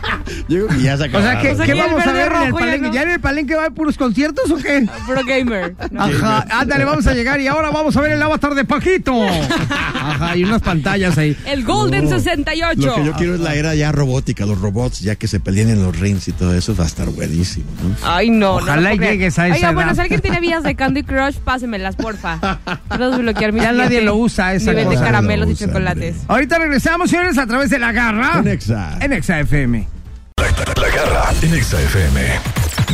[SPEAKER 3] Yo creo que ya se
[SPEAKER 1] o sea
[SPEAKER 3] acabaron.
[SPEAKER 1] que,
[SPEAKER 2] O sea
[SPEAKER 1] ¿qué
[SPEAKER 2] que ya el
[SPEAKER 1] vamos a
[SPEAKER 2] verde
[SPEAKER 1] ver en el
[SPEAKER 2] rojo ya
[SPEAKER 1] palenque?
[SPEAKER 2] no.
[SPEAKER 1] ¿Ya en el palenque va a haber puros conciertos o qué?
[SPEAKER 2] Pro gamer. ¿no?
[SPEAKER 1] Ajá, ándale, vamos a llegar y ahora vamos a ver el avatar de Paquito. Ajá, y unas pantallas ahí.
[SPEAKER 2] El Golden
[SPEAKER 1] Uh,
[SPEAKER 3] No.
[SPEAKER 2] 68.
[SPEAKER 3] Lo que yo quiero es la era ya robótica, los robots, ya que se peleen en los rings y todo eso, va a estar buenísimo. ¿no?
[SPEAKER 2] Ay, no. no
[SPEAKER 1] Ojalá
[SPEAKER 2] lo puedo creer.
[SPEAKER 1] llegues a esa
[SPEAKER 2] Oiga, bueno,
[SPEAKER 1] edad.
[SPEAKER 2] si alguien tiene vías de Candy Crush, pásenmelas, porfa. Quiero desbloquear mis
[SPEAKER 1] Ya nadie
[SPEAKER 2] siete
[SPEAKER 1] lo usa, esa
[SPEAKER 2] nivel de
[SPEAKER 1] cosa.
[SPEAKER 2] caramelos
[SPEAKER 3] Nadie lo
[SPEAKER 2] y
[SPEAKER 3] usa,
[SPEAKER 2] chocolates.
[SPEAKER 3] hombre.
[SPEAKER 1] Ahorita regresamos, señores, a través de la garra.
[SPEAKER 3] En Exa.
[SPEAKER 1] En Exa FM.
[SPEAKER 4] La garra en Exa FM.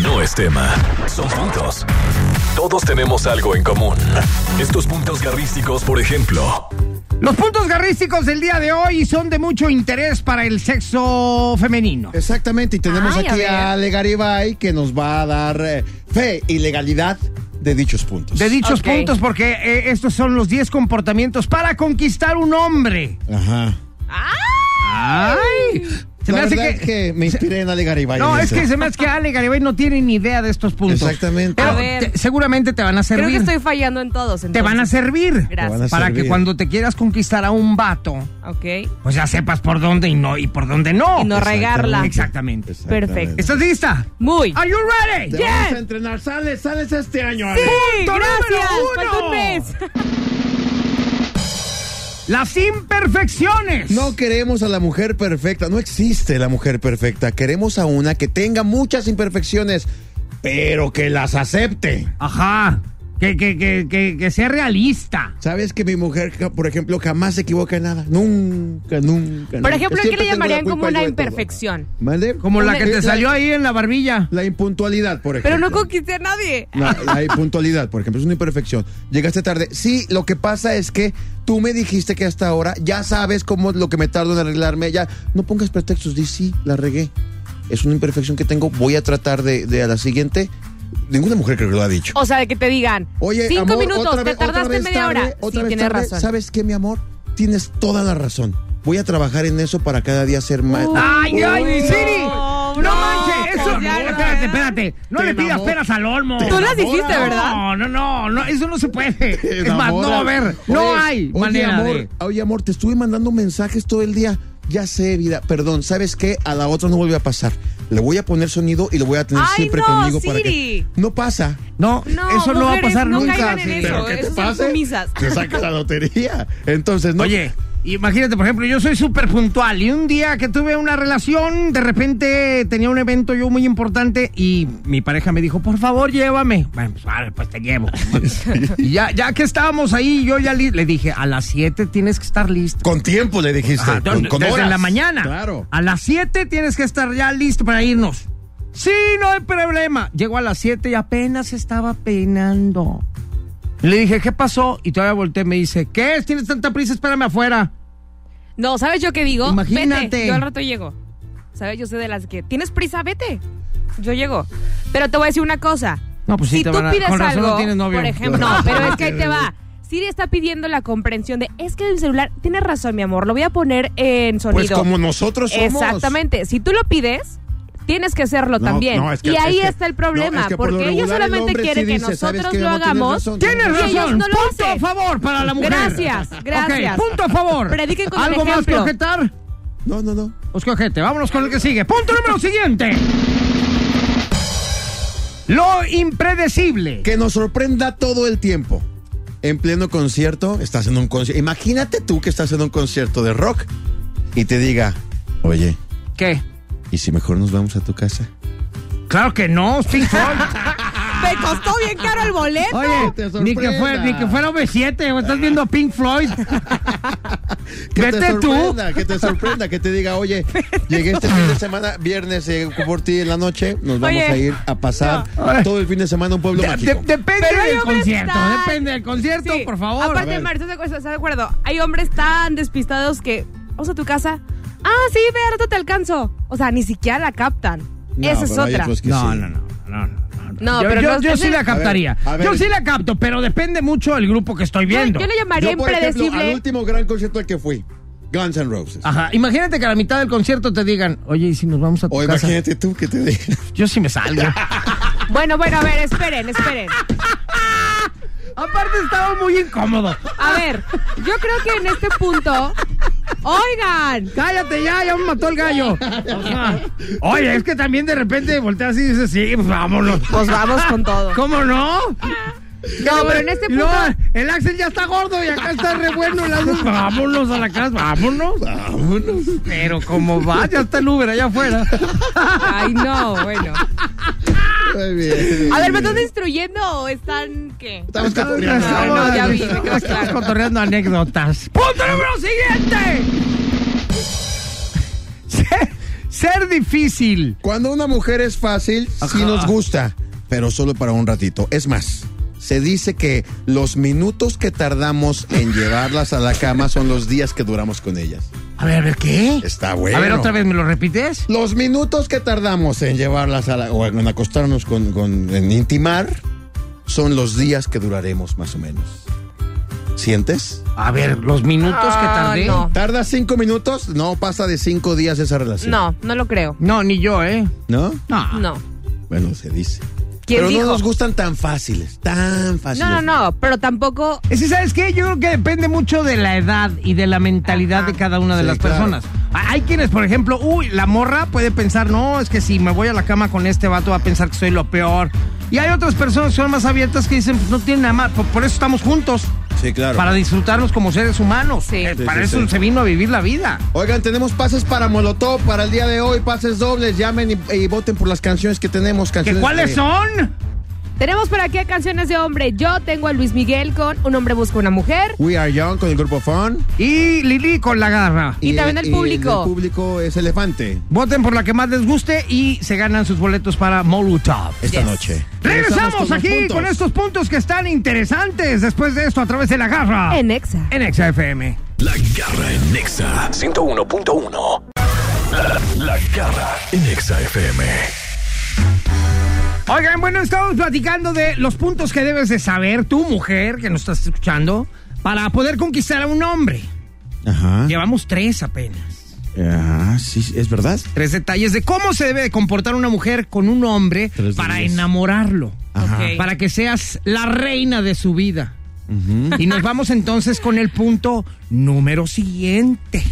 [SPEAKER 4] No es tema, son puntos. Todos tenemos algo en común. Estos puntos garrísticos, por ejemplo,
[SPEAKER 1] Los puntos garrísticos del día de hoy son de mucho interés para el sexo femenino.
[SPEAKER 3] Exactamente, y tenemos
[SPEAKER 2] Ay, a
[SPEAKER 3] aquí
[SPEAKER 2] ver.
[SPEAKER 3] a, Ale Garibay que nos va a dar eh, fe y legalidad de dichos puntos.
[SPEAKER 1] De dichos
[SPEAKER 2] Ok.
[SPEAKER 1] puntos, porque eh, estos son los 10 comportamientos para conquistar un hombre.
[SPEAKER 3] Ajá.
[SPEAKER 2] ¡Ah!
[SPEAKER 1] ¡Ay! Se
[SPEAKER 3] La
[SPEAKER 1] me hace
[SPEAKER 3] verdad
[SPEAKER 1] que.
[SPEAKER 3] es que me inspiré en Ale Garibay.
[SPEAKER 1] No,
[SPEAKER 3] en
[SPEAKER 1] es
[SPEAKER 3] eso.
[SPEAKER 1] que se me hace que Ale Garibay no tiene ni idea de estos puntos.
[SPEAKER 3] Exactamente.
[SPEAKER 1] Pero
[SPEAKER 2] A ver.
[SPEAKER 1] te- seguramente te van a servir.
[SPEAKER 2] Creo que estoy fallando en todos.
[SPEAKER 1] Te van a
[SPEAKER 2] entonces.
[SPEAKER 1] servir.
[SPEAKER 2] Gracias.
[SPEAKER 3] Te van a
[SPEAKER 1] Para
[SPEAKER 3] servir.
[SPEAKER 1] que cuando te quieras conquistar a un vato,
[SPEAKER 2] Ok.
[SPEAKER 1] pues ya sepas por dónde y no y por dónde
[SPEAKER 2] Y no regarla.
[SPEAKER 1] Exactamente.
[SPEAKER 3] Exactamente.
[SPEAKER 2] Perfecto.
[SPEAKER 1] ¿Estás lista?
[SPEAKER 2] Muy.
[SPEAKER 1] Are you ready?
[SPEAKER 3] Te
[SPEAKER 2] Yeah.
[SPEAKER 3] vamos a entrenar. Sales, sales este año. Ale.
[SPEAKER 2] Sí,
[SPEAKER 1] Punto
[SPEAKER 2] gracias.
[SPEAKER 1] número uno.
[SPEAKER 2] Falta un mes.
[SPEAKER 1] Las imperfecciones.
[SPEAKER 3] No queremos a la mujer perfecta. No existe la mujer perfecta. Queremos a una que tenga muchas imperfecciones, pero que las acepte.
[SPEAKER 1] Ajá. Que, que, que, que, que sea realista.
[SPEAKER 3] ¿Sabes que mi mujer, ja- por ejemplo, jamás se equivoca en nada? Nunca, nunca.
[SPEAKER 2] Por ejemplo, ¿qué le llamarían
[SPEAKER 3] llamarían
[SPEAKER 2] como una imperfección?
[SPEAKER 3] ¿Vale?
[SPEAKER 1] Como la
[SPEAKER 2] Una-
[SPEAKER 1] que te salió ahí en la barbilla.
[SPEAKER 3] La impuntualidad, por ejemplo.
[SPEAKER 2] Pero no conquisté a nadie.
[SPEAKER 3] La, la impuntualidad, por ejemplo, es una imperfección. Llegaste tarde. Sí, lo que pasa es que tú me dijiste que hasta ahora ya sabes cómo lo que me tardo en arreglarme. Ya, no pongas pretextos, di sí, la regué. Es una imperfección que tengo, voy a tratar de, de a la siguiente. Ninguna mujer creo que lo ha dicho.
[SPEAKER 2] O sea, de que te digan,
[SPEAKER 3] Oye,
[SPEAKER 2] cinco
[SPEAKER 3] amor,
[SPEAKER 2] minutos,
[SPEAKER 3] otra
[SPEAKER 2] te
[SPEAKER 3] vez- otra
[SPEAKER 2] tardaste
[SPEAKER 3] vez
[SPEAKER 2] media
[SPEAKER 3] tarde,
[SPEAKER 2] hora.
[SPEAKER 3] otra
[SPEAKER 2] sí,
[SPEAKER 3] vez
[SPEAKER 2] tienes
[SPEAKER 3] tarde.
[SPEAKER 2] razón.
[SPEAKER 3] ¿Sabes qué, mi amor? Tienes toda la razón. Voy a trabajar en eso para cada día ser más.
[SPEAKER 1] ¡Ay, ay,
[SPEAKER 2] Uy,
[SPEAKER 1] Siri!
[SPEAKER 2] no,
[SPEAKER 1] ¡No,
[SPEAKER 2] no,
[SPEAKER 1] manches! Eso,
[SPEAKER 2] ya,
[SPEAKER 1] espérate,
[SPEAKER 2] ya.
[SPEAKER 1] espérate. No
[SPEAKER 3] Te
[SPEAKER 1] le pidas
[SPEAKER 3] enamora.
[SPEAKER 1] peras al olmo.
[SPEAKER 2] Tú las dijiste, ¿verdad?
[SPEAKER 1] No, no, no, no, eso no se puede. Es más, no,
[SPEAKER 3] Enamora.
[SPEAKER 1] va a haber. No
[SPEAKER 3] Oye,
[SPEAKER 1] hay
[SPEAKER 3] oye,
[SPEAKER 1] manera
[SPEAKER 3] amor,
[SPEAKER 1] de...
[SPEAKER 3] Oye, amor, te estuve mandando mensajes todo el día. Ya sé, vida. Perdón, ¿sabes qué? A la otra no vuelve a pasar. Le voy a poner sonido y lo voy a tener
[SPEAKER 2] Ay,
[SPEAKER 3] siempre
[SPEAKER 2] no,
[SPEAKER 3] conmigo para
[SPEAKER 2] Siri.
[SPEAKER 3] que. No pasa.
[SPEAKER 1] No,
[SPEAKER 2] No,
[SPEAKER 1] eso no va a
[SPEAKER 2] mujeres,
[SPEAKER 1] pasar
[SPEAKER 2] no
[SPEAKER 1] nunca.
[SPEAKER 2] caigan en
[SPEAKER 1] sí.
[SPEAKER 2] eso.
[SPEAKER 3] Pero que te
[SPEAKER 2] esas son
[SPEAKER 3] pase.
[SPEAKER 2] sumisas.
[SPEAKER 3] Te sacas la lotería. Entonces, no.
[SPEAKER 1] Oye, imagínate, por ejemplo, yo soy súper puntual y un día que tuve una relación, de repente tenía un evento yo muy importante y mi pareja me dijo, por favor, llévame. Bueno, pues, vale, pues te llevo. Y ya, ya que estábamos ahí, yo ya li- le dije, a las 7 tienes que estar listo.
[SPEAKER 3] Con tiempo le dijiste.
[SPEAKER 1] Ajá,
[SPEAKER 3] con, con
[SPEAKER 1] desde
[SPEAKER 3] horas.
[SPEAKER 1] la mañana.
[SPEAKER 3] Claro.
[SPEAKER 1] A las 7 tienes que estar ya listo para irnos. Sí, no hay problema. Llegó a las 7 y apenas estaba peinando. Le dije, ¿qué pasó? Y todavía volteé y me dice, ¿qué? es? ¿Tienes tanta prisa? Espérame afuera.
[SPEAKER 2] No, ¿sabes yo qué digo?
[SPEAKER 1] Imagínate.
[SPEAKER 2] Vete, yo al rato llego. ¿Sabes? Yo soy de las que. ¿Tienes prisa? Vete. Yo llego. Pero te voy a decir una cosa.
[SPEAKER 1] No, pues sí
[SPEAKER 2] si
[SPEAKER 1] te
[SPEAKER 2] tú
[SPEAKER 1] van a-
[SPEAKER 2] pides
[SPEAKER 1] con razón
[SPEAKER 2] algo,
[SPEAKER 1] no tienes novio.
[SPEAKER 2] por ejemplo, no, pero es que ahí te va. Siri está pidiendo la comprensión de, es que el celular, tienes razón, mi amor, lo voy a poner en sonido.
[SPEAKER 3] Pues como nosotros somos.
[SPEAKER 2] Exactamente. Si tú lo pides, tienes que hacerlo
[SPEAKER 3] No,
[SPEAKER 2] también.
[SPEAKER 3] no, es que-
[SPEAKER 2] y ahí
[SPEAKER 3] es que-
[SPEAKER 2] está el
[SPEAKER 3] no,
[SPEAKER 2] problema,
[SPEAKER 3] es que por
[SPEAKER 2] porque
[SPEAKER 3] lo
[SPEAKER 2] ellos
[SPEAKER 3] regular el
[SPEAKER 2] solamente
[SPEAKER 3] hombre sí
[SPEAKER 2] quieren que
[SPEAKER 3] dice, ¿sabes
[SPEAKER 2] nosotros
[SPEAKER 3] qué?
[SPEAKER 2] lo
[SPEAKER 3] No, tienes
[SPEAKER 2] hagamos.
[SPEAKER 3] razón.
[SPEAKER 1] Tienes
[SPEAKER 3] Y
[SPEAKER 2] ellos
[SPEAKER 1] razón.
[SPEAKER 2] no lo
[SPEAKER 1] punto
[SPEAKER 2] hacen.
[SPEAKER 1] a favor para la mujer.
[SPEAKER 2] Gracias, gracias.
[SPEAKER 1] Ok, punto a favor.
[SPEAKER 2] Prediquen con el
[SPEAKER 1] ¿Algo más que
[SPEAKER 2] ejemplo.
[SPEAKER 1] objetar?
[SPEAKER 3] No, no, no.
[SPEAKER 1] Pues que ojete, vámonos con el que sigue. Punto número siguiente. Lo impredecible.
[SPEAKER 3] Que nos sorprenda todo el tiempo. En pleno concierto, estás en un concierto. Imagínate tú que estás en un concierto de rock y te diga, oye,
[SPEAKER 1] ¿Qué?
[SPEAKER 3] ¿y si mejor nos vamos a tu casa?
[SPEAKER 1] Claro que no, Pink Floyd.
[SPEAKER 2] Me costó bien caro el boleto.
[SPEAKER 1] Oye,
[SPEAKER 3] te
[SPEAKER 1] ni que,
[SPEAKER 3] sorprenda.
[SPEAKER 1] fuera, ni que fuera V7, o estás viendo Pink Floyd.
[SPEAKER 3] Que te
[SPEAKER 1] Vete tú.
[SPEAKER 3] sorprenda, que te sorprenda, que te diga, oye, llegué este fin de semana, viernes eh, por ti en la noche, nos vamos
[SPEAKER 2] Oye,
[SPEAKER 3] a ir a pasar
[SPEAKER 1] no.
[SPEAKER 3] todo el fin de semana a un pueblo
[SPEAKER 1] De-
[SPEAKER 3] mágico.
[SPEAKER 1] de- depende
[SPEAKER 2] Pero hay
[SPEAKER 1] del
[SPEAKER 2] hombres
[SPEAKER 1] concierto,
[SPEAKER 2] tan-
[SPEAKER 1] depende del concierto,
[SPEAKER 2] Sí.
[SPEAKER 1] por favor.
[SPEAKER 3] A
[SPEAKER 2] Aparte,
[SPEAKER 3] ver.
[SPEAKER 2] Mar, ¿estás de acuerdo? ¿Estás de acuerdo? Hay hombres tan despistados que. Vamos a tu casa. Ah, sí, ve, al rato te alcanzo. O sea, ni siquiera la captan. Esa es
[SPEAKER 8] pero hay
[SPEAKER 2] otra.
[SPEAKER 3] pues,
[SPEAKER 8] otros que
[SPEAKER 1] No,
[SPEAKER 8] sí.
[SPEAKER 1] no, no, no, no.
[SPEAKER 2] No,
[SPEAKER 1] yo,
[SPEAKER 2] pero
[SPEAKER 1] yo-
[SPEAKER 2] no-
[SPEAKER 1] yo
[SPEAKER 2] ese-
[SPEAKER 1] sí la captaría.
[SPEAKER 8] A ver, a
[SPEAKER 1] Yo
[SPEAKER 8] ver.
[SPEAKER 1] sí la capto, pero depende mucho del grupo que estoy
[SPEAKER 2] yo,
[SPEAKER 1] viendo.
[SPEAKER 2] yo le llamaría
[SPEAKER 8] Yo, por ejemplo, al
[SPEAKER 2] impredecible.
[SPEAKER 8] último gran concierto al que fui, Guns N' Roses.
[SPEAKER 1] Ajá, imagínate que a la mitad del concierto te digan, oye, ¿y si nos vamos a tu
[SPEAKER 8] o
[SPEAKER 1] casa?
[SPEAKER 8] imagínate tú que te digan.
[SPEAKER 1] Yo sí me salgo.
[SPEAKER 2] Bueno, bueno, a ver, esperen, esperen.
[SPEAKER 1] Aparte estaba muy incómodo.
[SPEAKER 2] A ver, yo creo que en este punto. Oigan,
[SPEAKER 1] Cállate ya, ya me mató el gallo. Ajá. Oye, es que también de repente volteas y dices, sí, pues vámonos.
[SPEAKER 2] pues vamos con todo.
[SPEAKER 1] ¿Cómo no?
[SPEAKER 2] No, pero en este
[SPEAKER 1] No,
[SPEAKER 2] punto.
[SPEAKER 1] el Axel ya está gordo y acá está re bueno. el Axel. Vámonos a la casa, vámonos. Vámonos. Pero como va, ya está el Uber allá afuera.
[SPEAKER 2] Ay, no, bueno.
[SPEAKER 8] Muy bien.
[SPEAKER 2] Ah. A ver, ¿me están instruyendo o están qué?
[SPEAKER 8] Estamos catorreando.
[SPEAKER 2] Ay, no, ya vi, me quedó
[SPEAKER 1] Estamos
[SPEAKER 2] claro.
[SPEAKER 1] cotorreando anécdotas. ¡Punto número siguiente! Ser, ser difícil.
[SPEAKER 8] Cuando una mujer es fácil, sí nos gusta,
[SPEAKER 3] pero solo para un ratito. Es más, se dice que los minutos que tardamos en llevarlas a la cama son los días que duramos con ellas.
[SPEAKER 1] A ver, a ver, ¿qué?
[SPEAKER 3] Está bueno.
[SPEAKER 1] A ver, otra vez, ¿me lo repites?
[SPEAKER 3] Los minutos que tardamos en llevarlas a la, o en acostarnos con, con- en intimar son los días que duraremos más o menos. ¿Sientes?
[SPEAKER 1] A ver, los minutos que
[SPEAKER 2] Ah,
[SPEAKER 1] tardé.
[SPEAKER 2] No,
[SPEAKER 3] ¿Tardas cinco minutos? No pasa de cinco días esa relación.
[SPEAKER 2] no, no lo creo.
[SPEAKER 1] No, ni yo, ¿eh?
[SPEAKER 3] ¿No?
[SPEAKER 1] No.
[SPEAKER 2] No.
[SPEAKER 3] Bueno, se dice.
[SPEAKER 2] ¿Quién
[SPEAKER 3] Pero
[SPEAKER 2] dijo?
[SPEAKER 3] no nos gustan tan fáciles, tan fáciles.
[SPEAKER 2] No, no, no, pero tampoco.
[SPEAKER 1] Es que, ¿sabes qué? Yo creo que depende mucho de la edad y de la mentalidad de cada una de
[SPEAKER 3] Sí,
[SPEAKER 1] las
[SPEAKER 3] claro.
[SPEAKER 1] personas. A- Hay quienes, por ejemplo, uy, la morra puede pensar, no, es que si me voy a la cama con este vato va a pensar que soy lo peor. Y hay otras personas que son más abiertas que dicen, pues no tiene nada más, por, por eso estamos juntos,
[SPEAKER 3] Sí, claro.
[SPEAKER 1] para disfrutarnos como seres humanos.
[SPEAKER 2] Sí.
[SPEAKER 1] Eh,
[SPEAKER 3] Sí,
[SPEAKER 1] para
[SPEAKER 3] sí,
[SPEAKER 1] eso
[SPEAKER 3] sí.
[SPEAKER 1] se vino a vivir la vida.
[SPEAKER 3] Oigan, tenemos pases para Molotov para el día de hoy, pases dobles. Llamen y, y voten por las canciones que tenemos.
[SPEAKER 1] ¿Que
[SPEAKER 3] Canciones
[SPEAKER 1] ¿Cuáles
[SPEAKER 3] que-
[SPEAKER 1] son?
[SPEAKER 2] Tenemos por aquí a canciones de hombre. Yo tengo a Luis Miguel con Un hombre busca una mujer.
[SPEAKER 3] We Are Young con el grupo Fun.
[SPEAKER 1] Y Lili con la garra.
[SPEAKER 2] Y también el público.
[SPEAKER 3] El público es Elefante.
[SPEAKER 1] Voten por la que más les guste y se ganan sus boletos para Molotov.
[SPEAKER 3] Esta
[SPEAKER 2] Yes.
[SPEAKER 3] noche.
[SPEAKER 1] Regresamos
[SPEAKER 3] los
[SPEAKER 1] aquí
[SPEAKER 3] puntos.
[SPEAKER 1] con estos puntos que están interesantes después de esto a través de la garra
[SPEAKER 2] En Exa.
[SPEAKER 1] en XFM.
[SPEAKER 4] La garra en Nexa 101.1. La, la garra en Nexa FM.
[SPEAKER 1] Oigan, bueno, estamos platicando de los puntos que debes de saber tú, mujer, que nos estás escuchando, para poder conquistar a un hombre.
[SPEAKER 8] Ajá.
[SPEAKER 1] Llevamos tres apenas.
[SPEAKER 8] Ah, sí, es verdad.
[SPEAKER 1] Tres detalles de cómo se debe de comportar una mujer con un hombre
[SPEAKER 8] Tres
[SPEAKER 1] para
[SPEAKER 8] detalles.
[SPEAKER 1] enamorarlo.
[SPEAKER 8] Ajá.
[SPEAKER 2] Ok.
[SPEAKER 1] Para que seas la reina de su vida. Y nos vamos entonces con el punto número siguiente.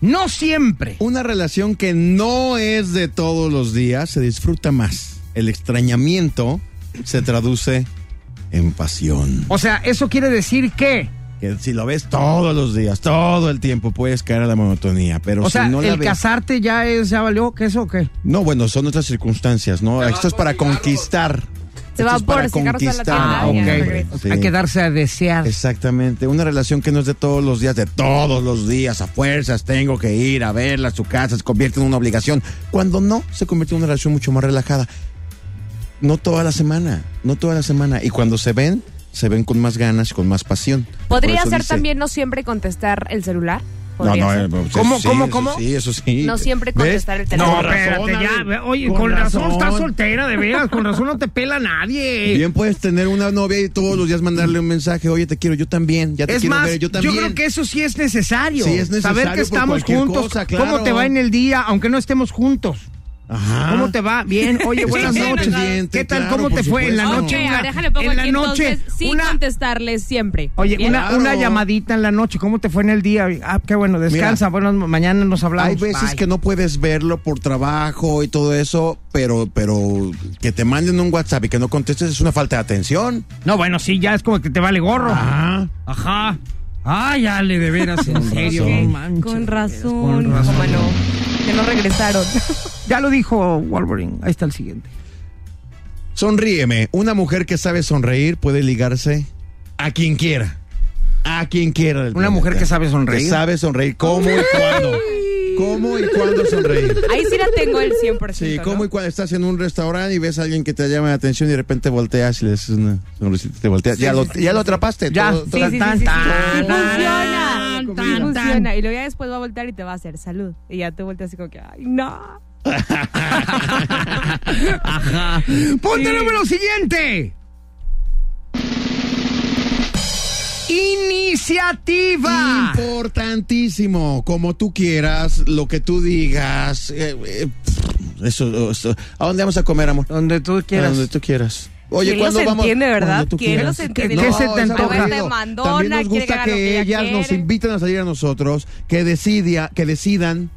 [SPEAKER 1] No siempre.
[SPEAKER 8] Una relación que no es de todos los días se disfruta más. El extrañamiento se traduce en pasión.
[SPEAKER 1] O sea, eso quiere decir que,
[SPEAKER 8] Que si lo ves todos los días, todo el tiempo, puedes caer a la monotonía. Pero
[SPEAKER 1] o
[SPEAKER 8] si
[SPEAKER 1] sea,
[SPEAKER 8] no la
[SPEAKER 1] el
[SPEAKER 8] ves.
[SPEAKER 1] casarte ya es ya valió que eso o qué?
[SPEAKER 8] No, bueno, son otras circunstancias, ¿no? Esto es para conquistar.
[SPEAKER 2] Se
[SPEAKER 8] Esto
[SPEAKER 2] va
[SPEAKER 8] es para
[SPEAKER 2] por cigarros a la tienda.
[SPEAKER 8] conquistar.
[SPEAKER 2] Ah,
[SPEAKER 8] hombre,
[SPEAKER 2] ya,
[SPEAKER 8] sí.
[SPEAKER 1] Hay que darse a desear.
[SPEAKER 8] Exactamente, una relación que no es de todos los días, de todos los días, a fuerzas, tengo que ir a verla a su casa, se convierte en una obligación. Cuando no, se convierte en una relación mucho más relajada. No toda la semana, no toda la semana. Y cuando se ven, se ven con más ganas, con más pasión.
[SPEAKER 2] Podría
[SPEAKER 8] Por eso
[SPEAKER 2] ser
[SPEAKER 8] dice-
[SPEAKER 2] también no siempre contestar el celular.
[SPEAKER 8] No,
[SPEAKER 2] Podría
[SPEAKER 8] no,
[SPEAKER 2] ser.
[SPEAKER 8] eh, pues,
[SPEAKER 1] ¿Cómo,
[SPEAKER 8] sí,
[SPEAKER 1] cómo,
[SPEAKER 8] eso
[SPEAKER 1] cómo?
[SPEAKER 8] Sí, eso sí.
[SPEAKER 2] No siempre
[SPEAKER 8] ¿Ves?
[SPEAKER 2] contestar el
[SPEAKER 1] No,
[SPEAKER 2] teléfono.
[SPEAKER 1] espérate, ya.
[SPEAKER 8] Ale.
[SPEAKER 1] Oye, con,
[SPEAKER 8] Con
[SPEAKER 1] razón,
[SPEAKER 8] razón.
[SPEAKER 1] estás soltera, de veras. Con razón no te pela nadie.
[SPEAKER 8] Bien puedes tener una novia y todos los días mandarle un mensaje, oye, te quiero, yo también, ya te
[SPEAKER 1] Es
[SPEAKER 8] quiero
[SPEAKER 1] más,
[SPEAKER 8] ver, yo
[SPEAKER 1] yo,
[SPEAKER 8] también.
[SPEAKER 1] creo que eso sí es necesario.
[SPEAKER 8] Sí, es necesario
[SPEAKER 1] Saber que
[SPEAKER 8] por
[SPEAKER 1] estamos
[SPEAKER 8] cualquier
[SPEAKER 1] juntos.
[SPEAKER 8] cosa, claro.
[SPEAKER 1] ¿Cómo te va en el día, aunque no estemos juntos?
[SPEAKER 8] Ajá.
[SPEAKER 1] ¿Cómo te va? Bien. Oye, buenas
[SPEAKER 8] Estás
[SPEAKER 1] noches.
[SPEAKER 8] caliente,
[SPEAKER 1] ¿Qué tal?
[SPEAKER 8] claro,
[SPEAKER 1] ¿Cómo
[SPEAKER 8] por
[SPEAKER 1] te fue en la
[SPEAKER 8] supuesto.
[SPEAKER 1] noche?
[SPEAKER 2] Ok,
[SPEAKER 1] Una-
[SPEAKER 2] ah, déjale pongo
[SPEAKER 1] en la
[SPEAKER 2] aquí
[SPEAKER 1] noche.
[SPEAKER 2] entonces, sí
[SPEAKER 1] una-
[SPEAKER 2] contestarles siempre.
[SPEAKER 1] Oye,
[SPEAKER 2] Bien.
[SPEAKER 1] una,
[SPEAKER 8] Claro.
[SPEAKER 1] una llamadita en la noche. ¿Cómo te fue en el día? Ah, qué bueno, descansa. bueno, mañana nos hablamos.
[SPEAKER 8] Hay veces
[SPEAKER 1] Bye.
[SPEAKER 8] que no puedes verlo por trabajo y todo eso, pero, pero que te manden un WhatsApp y que no contestes es una falta de atención.
[SPEAKER 1] No, bueno, sí, ya es como que te vale gorro. Ajá. Ajá. Ay, Ale, de veras, en serio.
[SPEAKER 2] Ok,
[SPEAKER 1] no manches,
[SPEAKER 2] con
[SPEAKER 1] de veras,
[SPEAKER 2] razón,
[SPEAKER 1] con razón.
[SPEAKER 2] cómo no, que no regresaron.
[SPEAKER 1] Ya lo dijo Wolverine. Ahí está el siguiente.
[SPEAKER 8] Sonríeme. Una mujer que sabe sonreír puede ligarse a quien quiera. A quien quiera. del
[SPEAKER 3] Pues
[SPEAKER 1] Una mujer que sabe sonreír.
[SPEAKER 8] Que sabe sonreír. ¿Cómo y cuándo?
[SPEAKER 3] ¿Cómo y cuándo sonreír?
[SPEAKER 2] Ahí sí la tengo el 100%.
[SPEAKER 3] Sí, ¿cómo
[SPEAKER 2] ¿no?
[SPEAKER 3] y cuando estás en un restaurante y ves a alguien que te llama la atención y de repente volteas y le haces una sonrisita y te volteas? ya, lo, ya lo atrapaste.
[SPEAKER 1] Ya.
[SPEAKER 3] todo-
[SPEAKER 2] Sí,
[SPEAKER 3] todo-
[SPEAKER 2] sí, sí,
[SPEAKER 1] Tan,
[SPEAKER 2] sí, sí.
[SPEAKER 1] tan,
[SPEAKER 2] Sí funciona.
[SPEAKER 1] tan,
[SPEAKER 2] Sí
[SPEAKER 1] tan,
[SPEAKER 2] funciona.
[SPEAKER 1] tan.
[SPEAKER 2] Y luego ya después va a voltear y te va a hacer salud. Y ya te volteas así como que, ay, no.
[SPEAKER 1] Ajá. Punto número siguiente. Iniciativa.
[SPEAKER 3] Importantísimo. Como tú quieras, lo que tú digas. eh, eh, pff, eso, eso. ¿A dónde vamos a comer, amor?
[SPEAKER 1] Donde tú
[SPEAKER 3] A
[SPEAKER 1] quieras.
[SPEAKER 3] donde tú quieras.
[SPEAKER 2] ¿Quién los entiende, verdad?
[SPEAKER 3] cuando tú
[SPEAKER 2] ¿Quién
[SPEAKER 3] quieras.
[SPEAKER 2] los entiende?
[SPEAKER 1] ¿Qué se te
[SPEAKER 3] esa
[SPEAKER 1] antoja?
[SPEAKER 3] aburrido.
[SPEAKER 2] Vete mandona,
[SPEAKER 3] También nos
[SPEAKER 2] quiere que
[SPEAKER 3] gusta
[SPEAKER 2] haga lo
[SPEAKER 3] que
[SPEAKER 2] que ella
[SPEAKER 3] ellas nos
[SPEAKER 2] quiere.
[SPEAKER 3] invitan a salir a nosotros, que decidia, que decidan,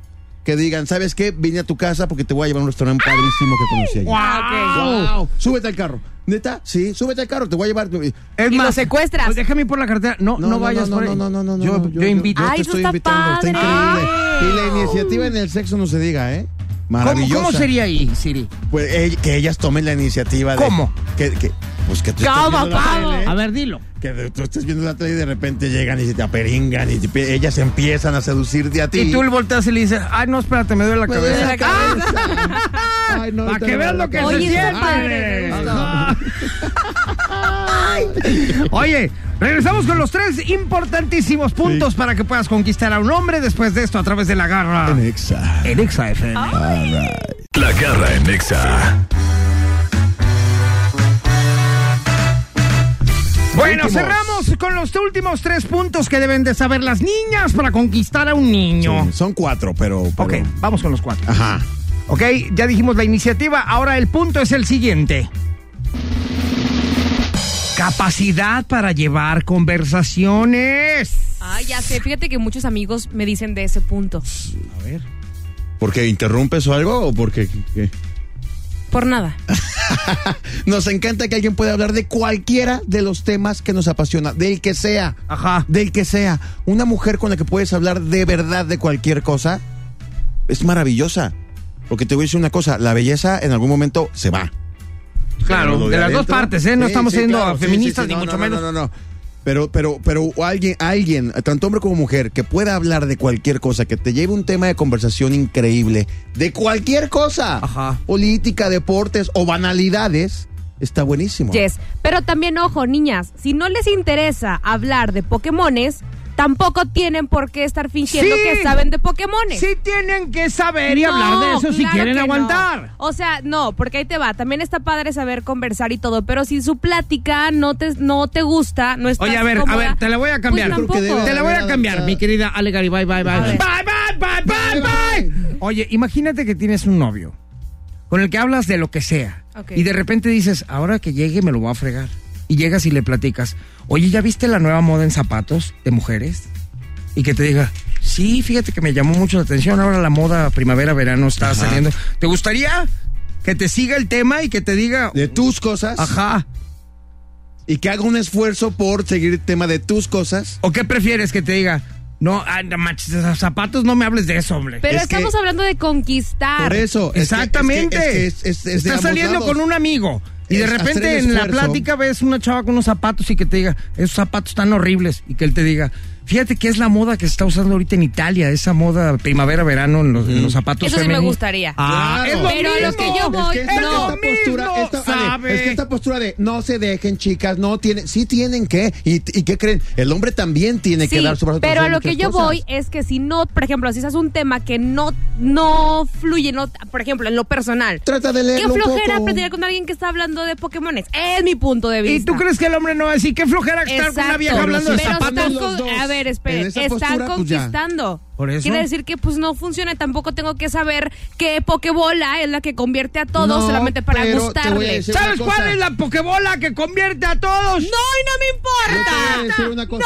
[SPEAKER 3] que digan, ¿sabes qué? Vine a tu casa porque te voy a llevar a un restaurante padrísimo que conocí ayer.
[SPEAKER 1] Guau.
[SPEAKER 3] Wow. Súbete al carro. ¿Neta? Sí, súbete al carro, te voy a llevar.
[SPEAKER 1] Es
[SPEAKER 2] Y
[SPEAKER 1] más,
[SPEAKER 2] lo secuestras.
[SPEAKER 1] pues déjame ir por la carretera. No, no, vayas
[SPEAKER 3] no,
[SPEAKER 1] por
[SPEAKER 3] no,
[SPEAKER 1] ahí.
[SPEAKER 3] no, no, no, no,
[SPEAKER 1] Yo,
[SPEAKER 3] no,
[SPEAKER 1] yo Ah, invito.
[SPEAKER 2] Ay,
[SPEAKER 3] te
[SPEAKER 2] eso
[SPEAKER 3] estoy
[SPEAKER 2] está
[SPEAKER 3] invitando, está
[SPEAKER 2] padre.
[SPEAKER 3] increíble. Y la iniciativa en el sexo no se diga, ¿eh?
[SPEAKER 1] ¿Cómo,
[SPEAKER 3] Maravillosa.
[SPEAKER 1] cómo sería ahí, Siri?
[SPEAKER 3] Pues, eh, que ellas tomen la iniciativa de.
[SPEAKER 1] ¿Cómo?
[SPEAKER 3] Que, que- pues que tú estés
[SPEAKER 2] ¿Cómo,
[SPEAKER 3] viendo la
[SPEAKER 2] Pablo?
[SPEAKER 3] tele,
[SPEAKER 1] A ver, dilo.
[SPEAKER 3] Que de- tú estés viendo la tele y de repente llegan y se te aperingan y te pie- ellas empiezan a seducirte a ti.
[SPEAKER 1] Y tú le volteas y le dices, ay, no, espérate, me duele la
[SPEAKER 3] duele
[SPEAKER 1] cabeza.
[SPEAKER 3] la Ay, no,
[SPEAKER 1] Para
[SPEAKER 3] ahorita
[SPEAKER 1] que
[SPEAKER 3] no
[SPEAKER 1] veas
[SPEAKER 3] me
[SPEAKER 1] lo que se
[SPEAKER 2] Oye, está
[SPEAKER 1] siente.
[SPEAKER 2] padre, me gustó.
[SPEAKER 1] Ajá. Oye, regresamos con los tres importantísimos puntos para que puedas conquistar a un hombre después de esto a través de la garra.
[SPEAKER 3] En Exa.
[SPEAKER 1] En Exa FM.
[SPEAKER 4] La garra en Nexa.
[SPEAKER 1] Bueno,
[SPEAKER 3] Últimos.
[SPEAKER 1] cerramos con los últimos tres puntos que deben de saber las niñas para conquistar a un niño.
[SPEAKER 3] Sí, son cuatro, pero. pero-
[SPEAKER 1] Ok, vamos con los cuatro.
[SPEAKER 3] Ajá.
[SPEAKER 1] Ok, ya dijimos la iniciativa, ahora el punto es el siguiente. Capacidad para llevar conversaciones.
[SPEAKER 2] Ay, ya sé. Fíjate que muchos amigos me dicen de ese punto.
[SPEAKER 3] A ver. ¿Porque interrumpes o algo o porque.? qué?
[SPEAKER 2] Por nada.
[SPEAKER 3] Nos encanta que alguien pueda hablar de cualquiera de los temas que nos apasiona, del que sea.
[SPEAKER 1] Ajá.
[SPEAKER 3] Del que sea. Una mujer con la que puedes hablar de verdad de cualquier cosa es maravillosa. Porque te voy a decir una cosa, la belleza en algún momento se va.
[SPEAKER 1] Claro,
[SPEAKER 3] Lo
[SPEAKER 1] de las dos
[SPEAKER 3] adentro.
[SPEAKER 1] partes, ¿eh? No
[SPEAKER 3] Sí,
[SPEAKER 1] estamos
[SPEAKER 3] sí,
[SPEAKER 1] siendo
[SPEAKER 3] claro, sí,
[SPEAKER 1] feministas
[SPEAKER 3] sí, sí,
[SPEAKER 1] ni
[SPEAKER 3] no,
[SPEAKER 1] mucho
[SPEAKER 3] no, no,
[SPEAKER 1] menos.
[SPEAKER 3] No, no, no. Pero, pero, pero alguien, alguien, tanto hombre como mujer, que pueda hablar de cualquier cosa, que te lleve un tema de conversación increíble, de cualquier cosa,
[SPEAKER 1] Ajá.
[SPEAKER 3] política, deportes o banalidades, está buenísimo.
[SPEAKER 2] Yes. Pero también, ojo, niñas, si no les interesa hablar de Pokémones, tampoco tienen por qué estar fingiendo
[SPEAKER 1] Sí.
[SPEAKER 2] que saben de Pokémones.
[SPEAKER 1] Sí tienen que saber y hablar de
[SPEAKER 2] No,
[SPEAKER 1] eso si
[SPEAKER 2] claro
[SPEAKER 1] quieren
[SPEAKER 2] que no.
[SPEAKER 1] aguantar.
[SPEAKER 2] O sea, no, porque ahí te va. También está padre saber conversar y todo, pero si su plática no te, no te gusta, no estás
[SPEAKER 1] Oye, a ver, a
[SPEAKER 2] cómoda,
[SPEAKER 1] ver, te la voy a
[SPEAKER 2] pues
[SPEAKER 1] cambiar.
[SPEAKER 3] Creo que
[SPEAKER 2] tampoco.
[SPEAKER 3] debe
[SPEAKER 1] Te la voy a
[SPEAKER 3] Adaptar.
[SPEAKER 1] cambiar, mi querida Ale Garibay, bye, bye.
[SPEAKER 2] A
[SPEAKER 1] Bye,
[SPEAKER 2] ver.
[SPEAKER 1] bye, bye, bye, bye. Oye, imagínate que tienes un novio con el que hablas de lo que sea.
[SPEAKER 2] Ok.
[SPEAKER 1] Y de repente dices, ahora que llegue me lo voy a fregar. Y llegas y le platicas, oye, ¿ya viste la nueva moda en zapatos de mujeres? Y que te diga, sí, fíjate que me llamó mucho la atención, ahora la moda primavera-verano está saliendo. ¿Te gustaría que te siga el tema y que te diga,
[SPEAKER 3] De tus cosas
[SPEAKER 1] ajá?
[SPEAKER 3] y que haga un esfuerzo por seguir el tema de tus cosas.
[SPEAKER 1] ¿O qué prefieres que te diga? No, ah, no manches, esos zapatos no me hables de eso, hombre.
[SPEAKER 2] Pero
[SPEAKER 3] Es
[SPEAKER 2] estamos
[SPEAKER 3] que-
[SPEAKER 2] hablando de conquistar.
[SPEAKER 3] Por eso. es que-
[SPEAKER 1] Exactamente.
[SPEAKER 3] es que- es que es- es- es de
[SPEAKER 1] Estás
[SPEAKER 3] ambos
[SPEAKER 1] saliendo
[SPEAKER 3] lados.
[SPEAKER 1] con un amigo y de
[SPEAKER 3] Es hacer
[SPEAKER 1] repente
[SPEAKER 3] el
[SPEAKER 1] en la
[SPEAKER 3] esfuerzo.
[SPEAKER 1] plática ves una chava con unos zapatos y que te diga, esos zapatos tan horribles y que él te diga, fíjate que es la moda que se está usando ahorita en Italia, esa moda primavera-verano en los, en los zapatos
[SPEAKER 2] Eso sí me
[SPEAKER 1] femeninos".
[SPEAKER 2] gustaría.
[SPEAKER 1] Ah,
[SPEAKER 3] Mm. Claro.
[SPEAKER 1] es lo
[SPEAKER 2] Pero a lo
[SPEAKER 1] mismo.
[SPEAKER 2] que yo voy,
[SPEAKER 3] Es que esta,
[SPEAKER 2] no.
[SPEAKER 3] esta postura,
[SPEAKER 1] Mismo,
[SPEAKER 3] esta- Ale,
[SPEAKER 1] sabe.
[SPEAKER 3] es que esta postura de no se dejen, chicas, no tienen, sí tienen que, y, y qué creen, el hombre también tiene que
[SPEAKER 2] Sí,
[SPEAKER 3] dar su brazo a
[SPEAKER 2] pero a
[SPEAKER 3] torcer
[SPEAKER 2] lo
[SPEAKER 3] muchas
[SPEAKER 2] que yo
[SPEAKER 3] cosas.
[SPEAKER 2] voy es que si no, por ejemplo, si ese es un tema que no, no fluye, no, por ejemplo, en lo personal.
[SPEAKER 3] Trata de
[SPEAKER 2] Qué
[SPEAKER 3] leerlo un
[SPEAKER 2] flojera
[SPEAKER 3] poco.
[SPEAKER 2] platicar con alguien que está hablando de Pokémones. Es mi punto de
[SPEAKER 1] ¿Y
[SPEAKER 2] vista.
[SPEAKER 1] tú crees que el hombre no va a decir qué flojera estar con una
[SPEAKER 2] Exacto.
[SPEAKER 1] vieja hablando de
[SPEAKER 2] Pero
[SPEAKER 1] zapatos?
[SPEAKER 2] están
[SPEAKER 3] Los
[SPEAKER 2] con-
[SPEAKER 3] dos.
[SPEAKER 2] a ver, espere,
[SPEAKER 3] En esa
[SPEAKER 2] están
[SPEAKER 3] postura, pues, ya.
[SPEAKER 2] conquistando.
[SPEAKER 1] ¿Por eso?
[SPEAKER 2] Quiere decir que pues no funciona, tampoco tengo que saber qué pokebola es la que convierte a todos
[SPEAKER 3] No,
[SPEAKER 2] solamente para
[SPEAKER 3] pero te voy a
[SPEAKER 2] gustarle.
[SPEAKER 3] decir-
[SPEAKER 1] ¿Sabes
[SPEAKER 3] una cosa.
[SPEAKER 1] cuál es la pokebola que convierte a todos?
[SPEAKER 2] No, y no me
[SPEAKER 3] Yo te
[SPEAKER 2] importa.
[SPEAKER 3] voy a decir una cosa.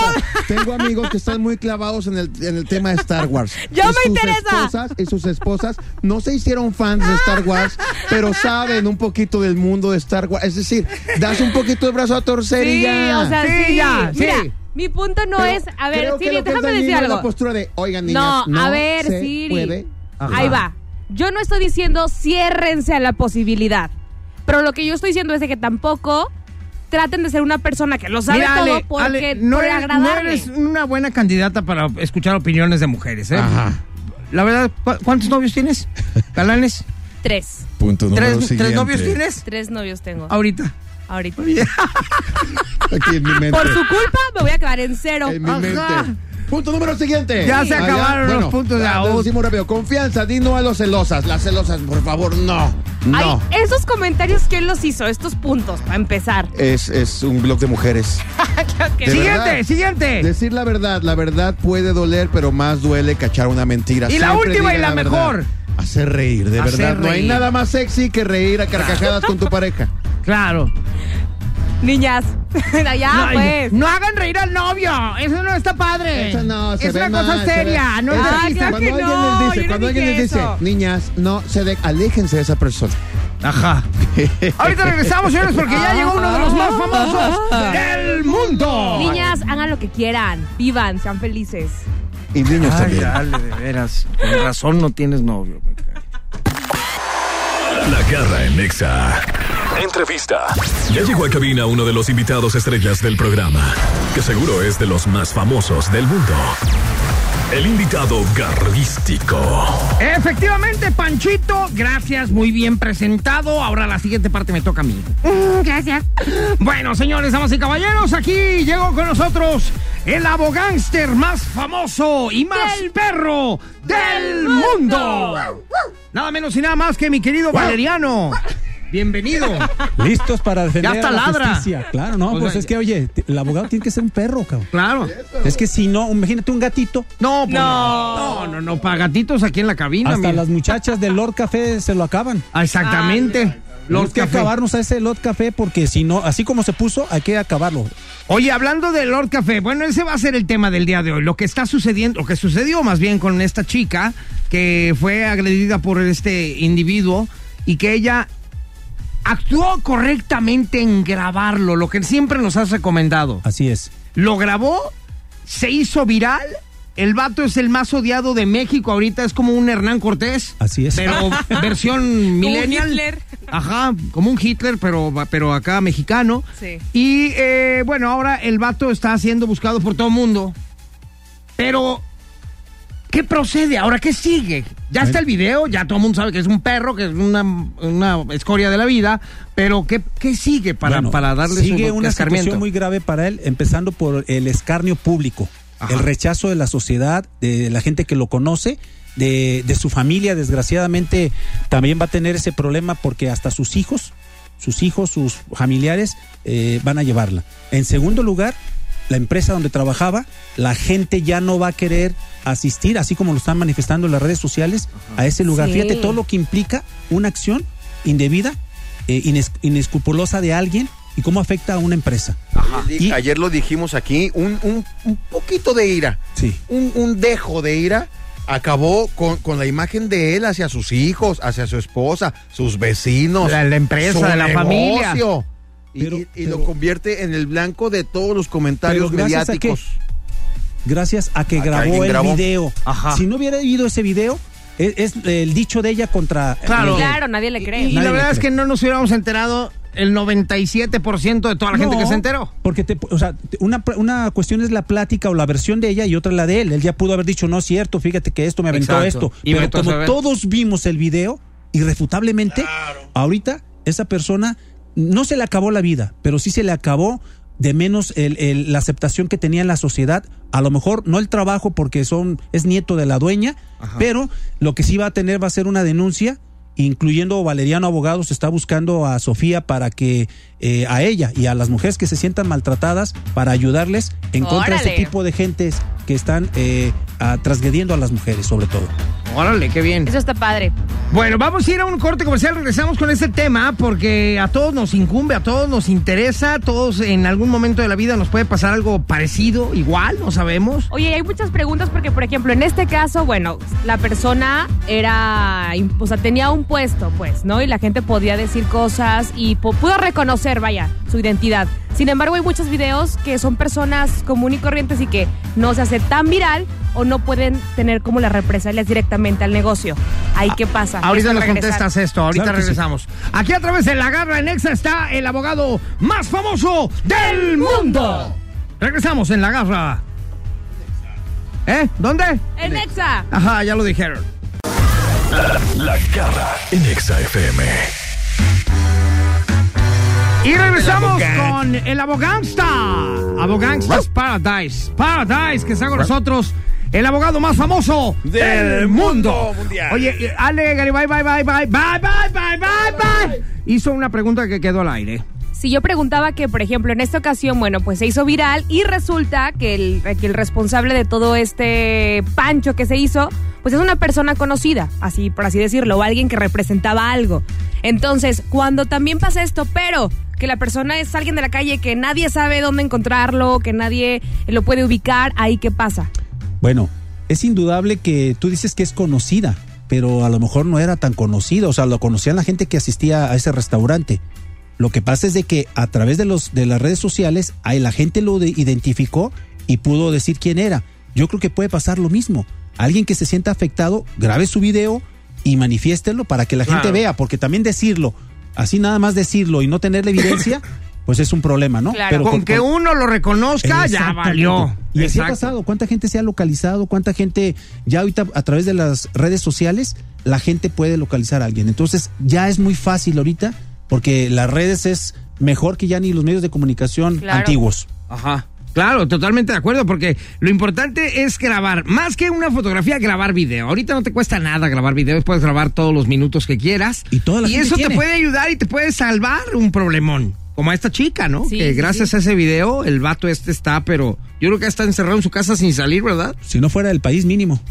[SPEAKER 3] Tengo amigos que están muy clavados en el, en el tema de Star Wars.
[SPEAKER 2] Yo
[SPEAKER 3] Y
[SPEAKER 2] me
[SPEAKER 3] sus
[SPEAKER 2] interesa.
[SPEAKER 3] Esposas, y sus esposas no se hicieron fans de Star Wars, pero saben un poquito del mundo de Star Wars. Es decir, das un poquito de brazo a torcer y ya.
[SPEAKER 2] o sea,
[SPEAKER 1] Sí,
[SPEAKER 2] sí.
[SPEAKER 1] ya, sí.
[SPEAKER 2] Mira, mi punto no
[SPEAKER 3] Pero
[SPEAKER 2] es, a ver,
[SPEAKER 3] creo que
[SPEAKER 2] Siri,
[SPEAKER 3] lo que es
[SPEAKER 2] déjame
[SPEAKER 3] dañino
[SPEAKER 2] decir
[SPEAKER 3] es
[SPEAKER 2] algo.
[SPEAKER 3] La postura de, oigan,
[SPEAKER 2] No,
[SPEAKER 3] niñas, no,
[SPEAKER 2] a ver,
[SPEAKER 3] se
[SPEAKER 2] Siri.
[SPEAKER 3] puede.
[SPEAKER 1] Ajá.
[SPEAKER 2] Ahí va. Yo no estoy diciendo ciérrense a la posibilidad. Pero lo que yo estoy diciendo es de que tampoco traten de ser una persona que lo sabe
[SPEAKER 1] Mira,
[SPEAKER 2] todo
[SPEAKER 1] Ale,
[SPEAKER 2] porque
[SPEAKER 1] Ale, no,
[SPEAKER 2] por
[SPEAKER 1] eres, no
[SPEAKER 2] agradarle.
[SPEAKER 1] eres una buena candidata para escuchar opiniones de mujeres, ¿eh?
[SPEAKER 3] Ajá.
[SPEAKER 1] la verdad, ¿cu- ¿cuántos novios tienes? ¿Galanes?
[SPEAKER 2] Tres.
[SPEAKER 8] Punto número
[SPEAKER 1] ¿Tres, tres
[SPEAKER 8] siguiente.
[SPEAKER 1] novios tienes?
[SPEAKER 2] Tres novios tengo.
[SPEAKER 1] Ahorita.
[SPEAKER 2] Ahorita.
[SPEAKER 8] Aquí en mi mente.
[SPEAKER 2] Por su culpa me voy a quedar en cero.
[SPEAKER 8] En mi
[SPEAKER 1] Ajá.
[SPEAKER 8] mente. Punto número siguiente.
[SPEAKER 1] Ya se acabaron los puntos de
[SPEAKER 8] ya,
[SPEAKER 1] Aud.
[SPEAKER 8] lo decimos rápido. Confianza, di no a los celosas. Las celosas, por favor, no. No.
[SPEAKER 2] Ay, esos comentarios, ¿quién los hizo? Estos puntos, para empezar.
[SPEAKER 8] Es, es un blog de mujeres.
[SPEAKER 2] Claro que
[SPEAKER 8] De
[SPEAKER 2] sí.
[SPEAKER 1] siguiente,
[SPEAKER 8] verdad.
[SPEAKER 1] siguiente.
[SPEAKER 8] Decir la verdad, la verdad puede doler, pero más duele cachar una mentira.
[SPEAKER 1] Y la
[SPEAKER 8] Siempre
[SPEAKER 1] última y
[SPEAKER 8] digan
[SPEAKER 1] la
[SPEAKER 8] verdad.
[SPEAKER 1] mejor.
[SPEAKER 8] Hacer reír, de
[SPEAKER 1] Hacer
[SPEAKER 8] verdad. No hay
[SPEAKER 1] reír.
[SPEAKER 8] nada más sexy que reír a carcajadas con tu pareja.
[SPEAKER 1] Claro.
[SPEAKER 2] Niñas, allá
[SPEAKER 1] no,
[SPEAKER 2] pues.
[SPEAKER 1] no hagan reír al novio. Eso no está padre.
[SPEAKER 8] Eso no, se
[SPEAKER 1] es
[SPEAKER 8] ve
[SPEAKER 1] una
[SPEAKER 8] mal,
[SPEAKER 1] cosa
[SPEAKER 8] se
[SPEAKER 1] seria.
[SPEAKER 8] ve-
[SPEAKER 1] No
[SPEAKER 8] Eso
[SPEAKER 1] es
[SPEAKER 2] Ah,
[SPEAKER 1] así.
[SPEAKER 2] claro
[SPEAKER 8] cuando
[SPEAKER 2] que
[SPEAKER 8] alguien
[SPEAKER 2] no,
[SPEAKER 8] les
[SPEAKER 2] yo
[SPEAKER 8] dice,
[SPEAKER 2] no
[SPEAKER 8] cuando
[SPEAKER 2] dije
[SPEAKER 8] alguien les dice,
[SPEAKER 2] eso.
[SPEAKER 8] niñas, no se de, aléjense de esa persona.
[SPEAKER 1] Ajá. Ahorita regresamos, señores, porque ya llegó uno de los más
[SPEAKER 2] Ah.
[SPEAKER 1] famosos del mundo.
[SPEAKER 2] Niñas, hagan lo que quieran. Vivan, sean felices.
[SPEAKER 8] Y niños
[SPEAKER 1] Ay,
[SPEAKER 8] también.
[SPEAKER 1] dale, de veras. Con razón no tienes novio. me cae.
[SPEAKER 4] La garra en Exa. Entrevista. Ya llegó a cabina uno de los invitados estrellas del programa, que seguro es de los más famosos del mundo. El invitado garrístico.
[SPEAKER 1] Efectivamente, Panchito, gracias, muy bien presentado. Ahora la siguiente parte me toca a mí. Gracias. Bueno, señores, damas y caballeros, aquí llegó con nosotros el abogánster más famoso y más perro del mundo. Nada menos y nada más que mi querido Valeriano. Bienvenido.
[SPEAKER 9] Listos para defender
[SPEAKER 1] Ya hasta
[SPEAKER 9] a la
[SPEAKER 1] ladra.
[SPEAKER 9] justicia. Claro, no,
[SPEAKER 1] O
[SPEAKER 9] pues
[SPEAKER 1] sea,
[SPEAKER 9] es que, oye, t- el abogado tiene que ser un perro, cabrón.
[SPEAKER 1] Claro.
[SPEAKER 9] Es que si no, imagínate un gatito.
[SPEAKER 1] No, pues no. No, no, no, para gatitos aquí en la cabina.
[SPEAKER 9] Hasta
[SPEAKER 1] mira.
[SPEAKER 9] las muchachas del Lord Café se lo acaban.
[SPEAKER 1] Ah, Exactamente.
[SPEAKER 9] Los que
[SPEAKER 1] Café.
[SPEAKER 9] acabarnos a ese Lord Café porque si no, así como se puso, hay que acabarlo.
[SPEAKER 1] Oye, hablando de Lord Café, bueno, ese va a ser el tema del día de hoy. Lo que está sucediendo, lo que sucedió más bien con esta chica que fue agredida por este individuo y que ella actuó correctamente en grabarlo, lo que siempre nos has recomendado.
[SPEAKER 9] Así es.
[SPEAKER 1] Lo grabó, se hizo viral. El vato es el más odiado de México ahorita, es como un Hernán Cortés.
[SPEAKER 9] Así es.
[SPEAKER 1] Pero versión millennial.
[SPEAKER 2] Hitler.
[SPEAKER 1] Ajá, como un Hitler, pero, pero acá mexicano.
[SPEAKER 2] Sí.
[SPEAKER 1] Y eh, bueno, ahora el vato está siendo buscado por todo el mundo. Pero, ¿qué procede? Ahora, ¿qué sigue? Ya está el video, ya todo el mundo sabe que es un perro, que es una, una escoria de la vida. Pero, ¿qué, qué sigue para,
[SPEAKER 9] Bueno,
[SPEAKER 1] para darle
[SPEAKER 9] sigue
[SPEAKER 1] su
[SPEAKER 9] una
[SPEAKER 1] cascarmiento?
[SPEAKER 9] situación muy grave para él, empezando por el escarnio público,
[SPEAKER 1] Ajá.
[SPEAKER 9] el rechazo de la sociedad, de la gente que lo conoce, de, de su familia, desgraciadamente también va a tener ese problema porque hasta sus hijos, sus hijos, sus familiares eh, van a llevarla. En segundo lugar, la empresa donde trabajaba, la gente ya no va a querer asistir, así como lo están manifestando en las redes sociales, a ese lugar.
[SPEAKER 2] Sí.
[SPEAKER 9] Fíjate todo lo que implica una acción indebida, eh, ines- inescrupulosa de alguien y cómo afecta a una empresa.
[SPEAKER 8] Y ayer lo dijimos aquí, un, un- un poquito de ira,
[SPEAKER 9] Sí.
[SPEAKER 8] un, un dejo de ira, acabó con, con la imagen de él hacia sus hijos, hacia su esposa, sus vecinos.
[SPEAKER 1] La- la empresa,
[SPEAKER 8] su
[SPEAKER 1] de la familia.
[SPEAKER 8] negocio. Y,
[SPEAKER 9] Pero-
[SPEAKER 8] y- y
[SPEAKER 9] pero-
[SPEAKER 8] lo convierte en el blanco de todos los comentarios
[SPEAKER 9] Pero gracias a
[SPEAKER 8] mediáticos.
[SPEAKER 9] Gracias a que
[SPEAKER 8] A que
[SPEAKER 9] grabó
[SPEAKER 8] alguien
[SPEAKER 9] el
[SPEAKER 8] grabó.
[SPEAKER 9] video.
[SPEAKER 1] Ajá.
[SPEAKER 9] Si no hubiera habido ese video, e- es, el dicho de ella contra...
[SPEAKER 1] Claro.
[SPEAKER 9] eh,
[SPEAKER 2] Claro, nadie le cree.
[SPEAKER 1] Y, y
[SPEAKER 9] Nadie
[SPEAKER 1] la
[SPEAKER 9] le
[SPEAKER 1] verdad es
[SPEAKER 9] cree.
[SPEAKER 1] que no nos hubiéramos enterado el 97% de toda la gente
[SPEAKER 9] No,
[SPEAKER 1] que se enteró.
[SPEAKER 9] Porque te, o sea, te- una, pr- una cuestión es la plática o la versión de ella y otra la de él. Él ya pudo haber dicho, no es cierto, fíjate que esto me aventó
[SPEAKER 1] Exacto.
[SPEAKER 9] esto.
[SPEAKER 1] Y
[SPEAKER 9] Pero
[SPEAKER 1] vete a
[SPEAKER 9] como
[SPEAKER 1] saber.
[SPEAKER 9] todos vimos el video, irrefutablemente, ahorita esa persona no se le acabó la vida, pero sí se le acabó de menos el- el- la aceptación que tenía en la sociedad. A lo mejor no el trabajo porque son, es nieto de la dueña, pero lo que sí va a tener va a ser una denuncia incluyendo Valeriano Abogados, está buscando a Sofía para que eh, a ella y a las mujeres que se sientan maltratadas para ayudarles en contra de este
[SPEAKER 2] Órale.
[SPEAKER 9] tipo de gentes que están eh, ah, transgrediendo a las mujeres, sobre todo.
[SPEAKER 1] Órale, qué bien.
[SPEAKER 2] Eso está padre.
[SPEAKER 1] Bueno, vamos a ir a un corte comercial, regresamos con este tema porque a todos nos incumbe, a todos nos interesa, a todos en algún momento de la vida nos puede pasar algo parecido, igual, no sabemos.
[SPEAKER 2] Oye, hay muchas preguntas porque, por ejemplo, en este caso, bueno, la persona era, o sea, tenía un puesto, pues, ¿no? Y la gente podía decir cosas y po- pudo reconocer, vaya, su identidad. Sin embargo, hay muchos videos que son personas común y corrientes y que no se hace tan viral o no pueden tener como las represalias directamente al negocio. Ahí qué pasa.
[SPEAKER 1] Ahorita
[SPEAKER 2] Eso
[SPEAKER 1] nos
[SPEAKER 2] regresar.
[SPEAKER 1] contestas esto, ahorita
[SPEAKER 9] Claro que sí.
[SPEAKER 1] regresamos. Aquí a través de la garra en Exa está el abogado más famoso del mundo. Regresamos en la garra ¿Eh? ¿Dónde?
[SPEAKER 2] En Exa.
[SPEAKER 1] Ajá, ya lo dijeron.
[SPEAKER 4] La, la garra en Exa FM.
[SPEAKER 1] Y regresamos
[SPEAKER 4] El abogado.
[SPEAKER 1] con el Abogangsta. Abogangsta's Paradise. Paradise, que está con nosotros. El abogado más famoso del
[SPEAKER 4] Del
[SPEAKER 1] mundo.
[SPEAKER 4] mundo mundial.
[SPEAKER 1] Oye, eh, Ale Garibay, bye, bye, bye, bye, bye, bye, bye, bye. Hizo una pregunta que quedó al aire.
[SPEAKER 2] Si yo preguntaba que, por ejemplo, en esta ocasión, bueno, pues se hizo viral y resulta que el, que el responsable de todo este pancho que se hizo, pues es una persona conocida, así por así decirlo, o alguien que representaba algo. Entonces, cuando también pasa esto, pero que la persona es alguien de la calle que nadie sabe dónde encontrarlo, que nadie lo puede ubicar, ahí qué pasa.
[SPEAKER 9] Bueno, es indudable que tú dices que es conocida, pero a lo mejor no era tan conocida, o sea, lo conocían la gente que asistía a ese restaurante. Lo que pasa es de que a través de los de las redes sociales, ahí la gente lo de- identificó y pudo decir quién era. Yo creo que puede pasar lo mismo. Alguien que se sienta afectado, grabe su video y manifiéstelo para que la gente
[SPEAKER 1] Claro.
[SPEAKER 9] vea, porque también decirlo, así nada más decirlo y no tener la evidencia, pues es un problema, ¿no?
[SPEAKER 2] Claro.
[SPEAKER 1] con, que
[SPEAKER 9] uno
[SPEAKER 1] uno lo reconozca, ya
[SPEAKER 9] Exactamente.
[SPEAKER 1] valió.
[SPEAKER 9] Y así ha
[SPEAKER 1] Exacto.
[SPEAKER 9] pasado. ¿Cuánta gente se ha localizado? ¿Cuánta gente ya ahorita a través de las redes sociales la gente puede localizar a alguien? Entonces ya es muy fácil ahorita porque las redes es mejor que ya ni los medios de comunicación
[SPEAKER 2] Claro.
[SPEAKER 9] antiguos.
[SPEAKER 1] Ajá. Claro, totalmente de acuerdo, porque lo importante es grabar, más que una fotografía, grabar video. Ahorita no te cuesta nada grabar videos, puedes grabar todos los minutos que quieras.
[SPEAKER 9] Y toda la gente
[SPEAKER 1] eso
[SPEAKER 9] tiene.
[SPEAKER 1] te puede ayudar y te puede salvar un problemón. Como a esta chica, ¿no?
[SPEAKER 2] Sí,
[SPEAKER 1] que
[SPEAKER 2] sí,
[SPEAKER 1] gracias
[SPEAKER 2] sí.
[SPEAKER 1] a ese video, el vato este está, pero yo creo que está encerrado en su casa sin salir, ¿verdad?
[SPEAKER 9] Si no fuera del país mínimo.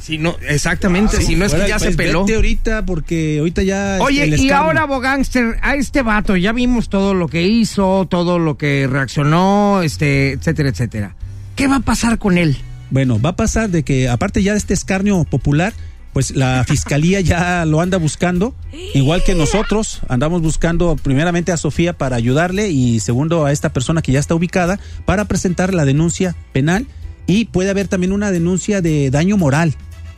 [SPEAKER 1] Si no, exactamente, si no es
[SPEAKER 9] Ah, Fuera
[SPEAKER 1] que ya
[SPEAKER 9] del
[SPEAKER 1] se
[SPEAKER 9] país,
[SPEAKER 1] peló.
[SPEAKER 9] vete ahorita porque ahorita ya
[SPEAKER 1] Oye,
[SPEAKER 9] el
[SPEAKER 1] y
[SPEAKER 9] escarnio.
[SPEAKER 1] ahora, Bogánster, a este vato, ya vimos todo lo que hizo, todo lo que reaccionó, este, etcétera, etcétera. ¿Qué va a pasar con él?
[SPEAKER 9] Bueno, va a pasar de que aparte ya de este escarnio popular, pues la fiscalía ya lo anda buscando, igual que nosotros andamos buscando primeramente a Sofía para ayudarle y segundo a esta persona que ya está ubicada para presentar la denuncia penal y puede haber también una denuncia de daño moral,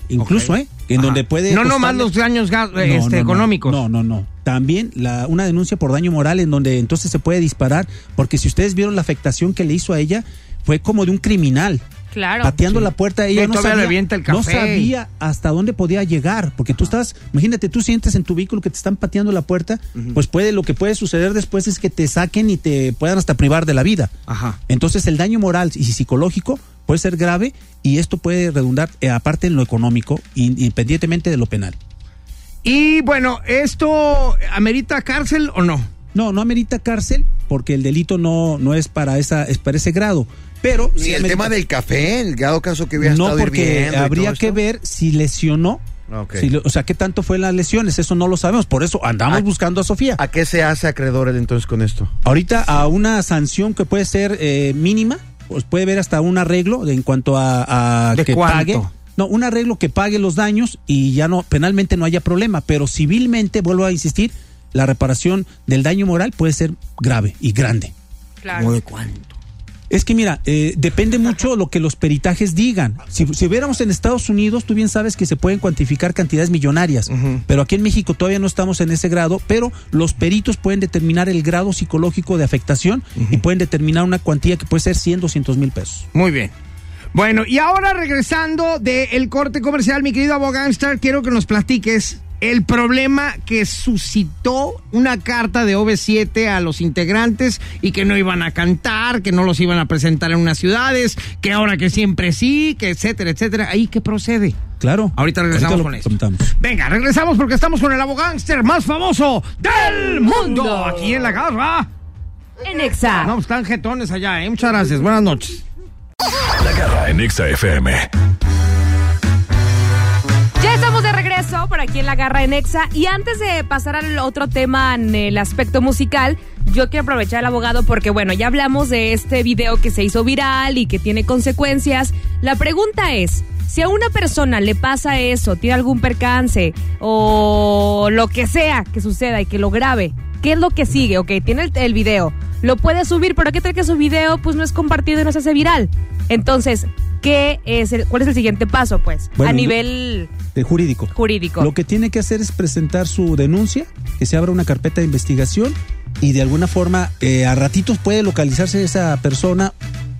[SPEAKER 9] incluso,
[SPEAKER 1] Ok.
[SPEAKER 9] ¿eh? En
[SPEAKER 1] Ajá.
[SPEAKER 9] donde puede
[SPEAKER 1] No nomás
[SPEAKER 9] costarle-
[SPEAKER 1] los daños ga-
[SPEAKER 9] No,
[SPEAKER 1] este,
[SPEAKER 9] no, no.
[SPEAKER 1] económicos.
[SPEAKER 9] No, no, no. También la, una denuncia por daño moral en donde entonces se puede disparar, porque si ustedes vieron la afectación que le hizo a ella, fue como de un criminal
[SPEAKER 2] Claro.
[SPEAKER 9] pateando la puerta ella
[SPEAKER 1] Sí,
[SPEAKER 9] no
[SPEAKER 1] todavía le
[SPEAKER 9] sabía,
[SPEAKER 1] avienta el
[SPEAKER 9] no
[SPEAKER 1] café.
[SPEAKER 9] sabía hasta dónde podía llegar porque tú estás imagínate tú sientes en tu vehículo que te están pateando la puerta pues puede lo que puede suceder después es que te saquen y te puedan hasta privar de la vida
[SPEAKER 1] Ajá.
[SPEAKER 9] entonces el daño moral y psicológico puede ser grave y esto puede redundar eh, aparte en lo económico in- independientemente de lo penal
[SPEAKER 1] Y bueno, ¿esto amerita cárcel o no?
[SPEAKER 9] no no amerita cárcel porque el delito no no es para esa es para ese grado pero
[SPEAKER 8] Ni
[SPEAKER 9] sí
[SPEAKER 8] el
[SPEAKER 9] amerita-
[SPEAKER 8] tema del café, el grado caso que hubiera
[SPEAKER 9] no
[SPEAKER 8] estado
[SPEAKER 9] porque
[SPEAKER 8] hirviendo y
[SPEAKER 9] habría
[SPEAKER 8] todo
[SPEAKER 9] que
[SPEAKER 8] esto.
[SPEAKER 9] ver si lesionó
[SPEAKER 8] Ok.
[SPEAKER 9] Si lo- o sea, ¿qué tanto fue las lesiones? Eso no lo sabemos. Por eso andamos
[SPEAKER 8] Ah.
[SPEAKER 9] buscando a Sofía.
[SPEAKER 8] ¿A qué se hace acreedor él entonces con esto?
[SPEAKER 9] Ahorita a una sanción que puede ser eh, mínima, pues puede haber hasta un arreglo de- en cuanto a, a
[SPEAKER 1] ¿De
[SPEAKER 9] que
[SPEAKER 1] cuánto?
[SPEAKER 9] pague. No, un arreglo que pague los daños y ya no penalmente no haya problema, pero civilmente, vuelvo a insistir, la reparación del daño moral puede ser grave y grande.
[SPEAKER 2] Claro.
[SPEAKER 1] cuánto?
[SPEAKER 9] Es que mira, eh, depende mucho lo que los peritajes digan. Si, si hubiéramos en Estados Unidos, tú bien sabes que se pueden cuantificar cantidades millonarias,
[SPEAKER 1] Ujú.
[SPEAKER 9] pero aquí en México todavía no estamos en ese grado, pero los peritos pueden determinar el grado psicológico de afectación y pueden determinar una cuantía que puede ser 100, 200 mil pesos.
[SPEAKER 1] Muy bien. Bueno, y ahora regresando del corte comercial, mi querido Abogánster, quiero que nos platiques el problema que suscitó una carta de OV7 a los integrantes y que no iban a cantar, que no los iban a presentar en unas ciudades, que ahora que siempre sí, que etcétera, etcétera. Ahí que procede.
[SPEAKER 9] Claro.
[SPEAKER 1] Ahorita regresamos
[SPEAKER 9] lo
[SPEAKER 1] con esto.
[SPEAKER 9] comentamos.
[SPEAKER 1] Venga, regresamos porque estamos con el abogánster más famoso del mundo. Aquí en la garra.
[SPEAKER 2] En Exa.
[SPEAKER 1] No, pues, están jetones allá, ¿eh? Muchas gracias. Buenas noches.
[SPEAKER 4] La garra en Exa FM.
[SPEAKER 2] Ya estamos de regreso por aquí en La Garra en Exa. Y antes de pasar al otro tema en el aspecto musical, yo quiero aprovechar al abogado porque, bueno, ya hablamos de este video que se hizo viral y que tiene consecuencias. La pregunta es. Si a una persona le pasa eso, tiene algún percance o lo que sea que suceda y que lo grabe, ¿qué es lo que sigue? Ok, tiene el, el video, lo puede subir, pero ¿qué tal que su video pues no es compartido y no se hace viral? Entonces, ¿qué es el, ¿cuál es el siguiente paso pues?
[SPEAKER 9] Bueno,
[SPEAKER 2] a
[SPEAKER 9] yo-
[SPEAKER 2] nivel
[SPEAKER 9] De jurídico.
[SPEAKER 2] jurídico.
[SPEAKER 9] Lo que tiene que hacer es presentar su denuncia, que se abra una carpeta de investigación y de alguna forma eh, a ratitos puede localizarse esa persona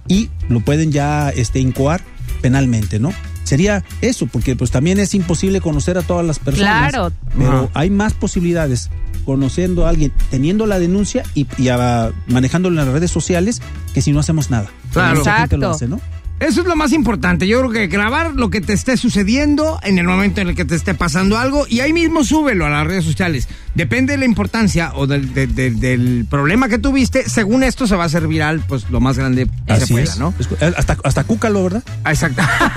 [SPEAKER 9] y lo pueden ya este, incoar. penalmente, ¿no? Sería eso, porque pues también es imposible conocer a todas las personas.
[SPEAKER 2] Claro.
[SPEAKER 9] Pero
[SPEAKER 2] Ajá.
[SPEAKER 9] hay más posibilidades conociendo a alguien, teniendo la denuncia y, y a- manejándolo en las redes sociales que si no hacemos nada.
[SPEAKER 1] Claro.
[SPEAKER 9] Mucha gente lo
[SPEAKER 1] Exacto.
[SPEAKER 9] hace, ¿no?
[SPEAKER 1] Eso es lo más importante. Yo creo que grabar lo que te esté sucediendo en el momento en el que te esté pasando algo y ahí mismo súbelo a las redes sociales. Depende de la importancia o del, de- de- del problema que tuviste. Según esto se va a hacer viral, pues lo más grande que se pueda, ¿no?
[SPEAKER 9] Es- eh, Hasta, hasta Cúcalo, ¿verdad?
[SPEAKER 1] Exacto.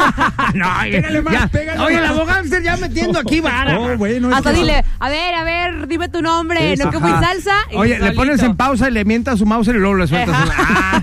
[SPEAKER 1] no,
[SPEAKER 9] Pégale más,
[SPEAKER 1] ya.
[SPEAKER 9] pégale
[SPEAKER 1] Oye,
[SPEAKER 9] más.
[SPEAKER 1] el abogado está ya metiendo aquí vara.
[SPEAKER 9] Oh, bueno, es
[SPEAKER 2] Hasta
[SPEAKER 9] que-
[SPEAKER 2] dile, a ver, a ver, dime tu nombre,
[SPEAKER 1] Sí,
[SPEAKER 2] no que fui
[SPEAKER 1] ajá.
[SPEAKER 2] salsa. y
[SPEAKER 1] Oye, le
[SPEAKER 2] solito.
[SPEAKER 1] pones en pausa y le mientas su mouse y luego le sueltas una.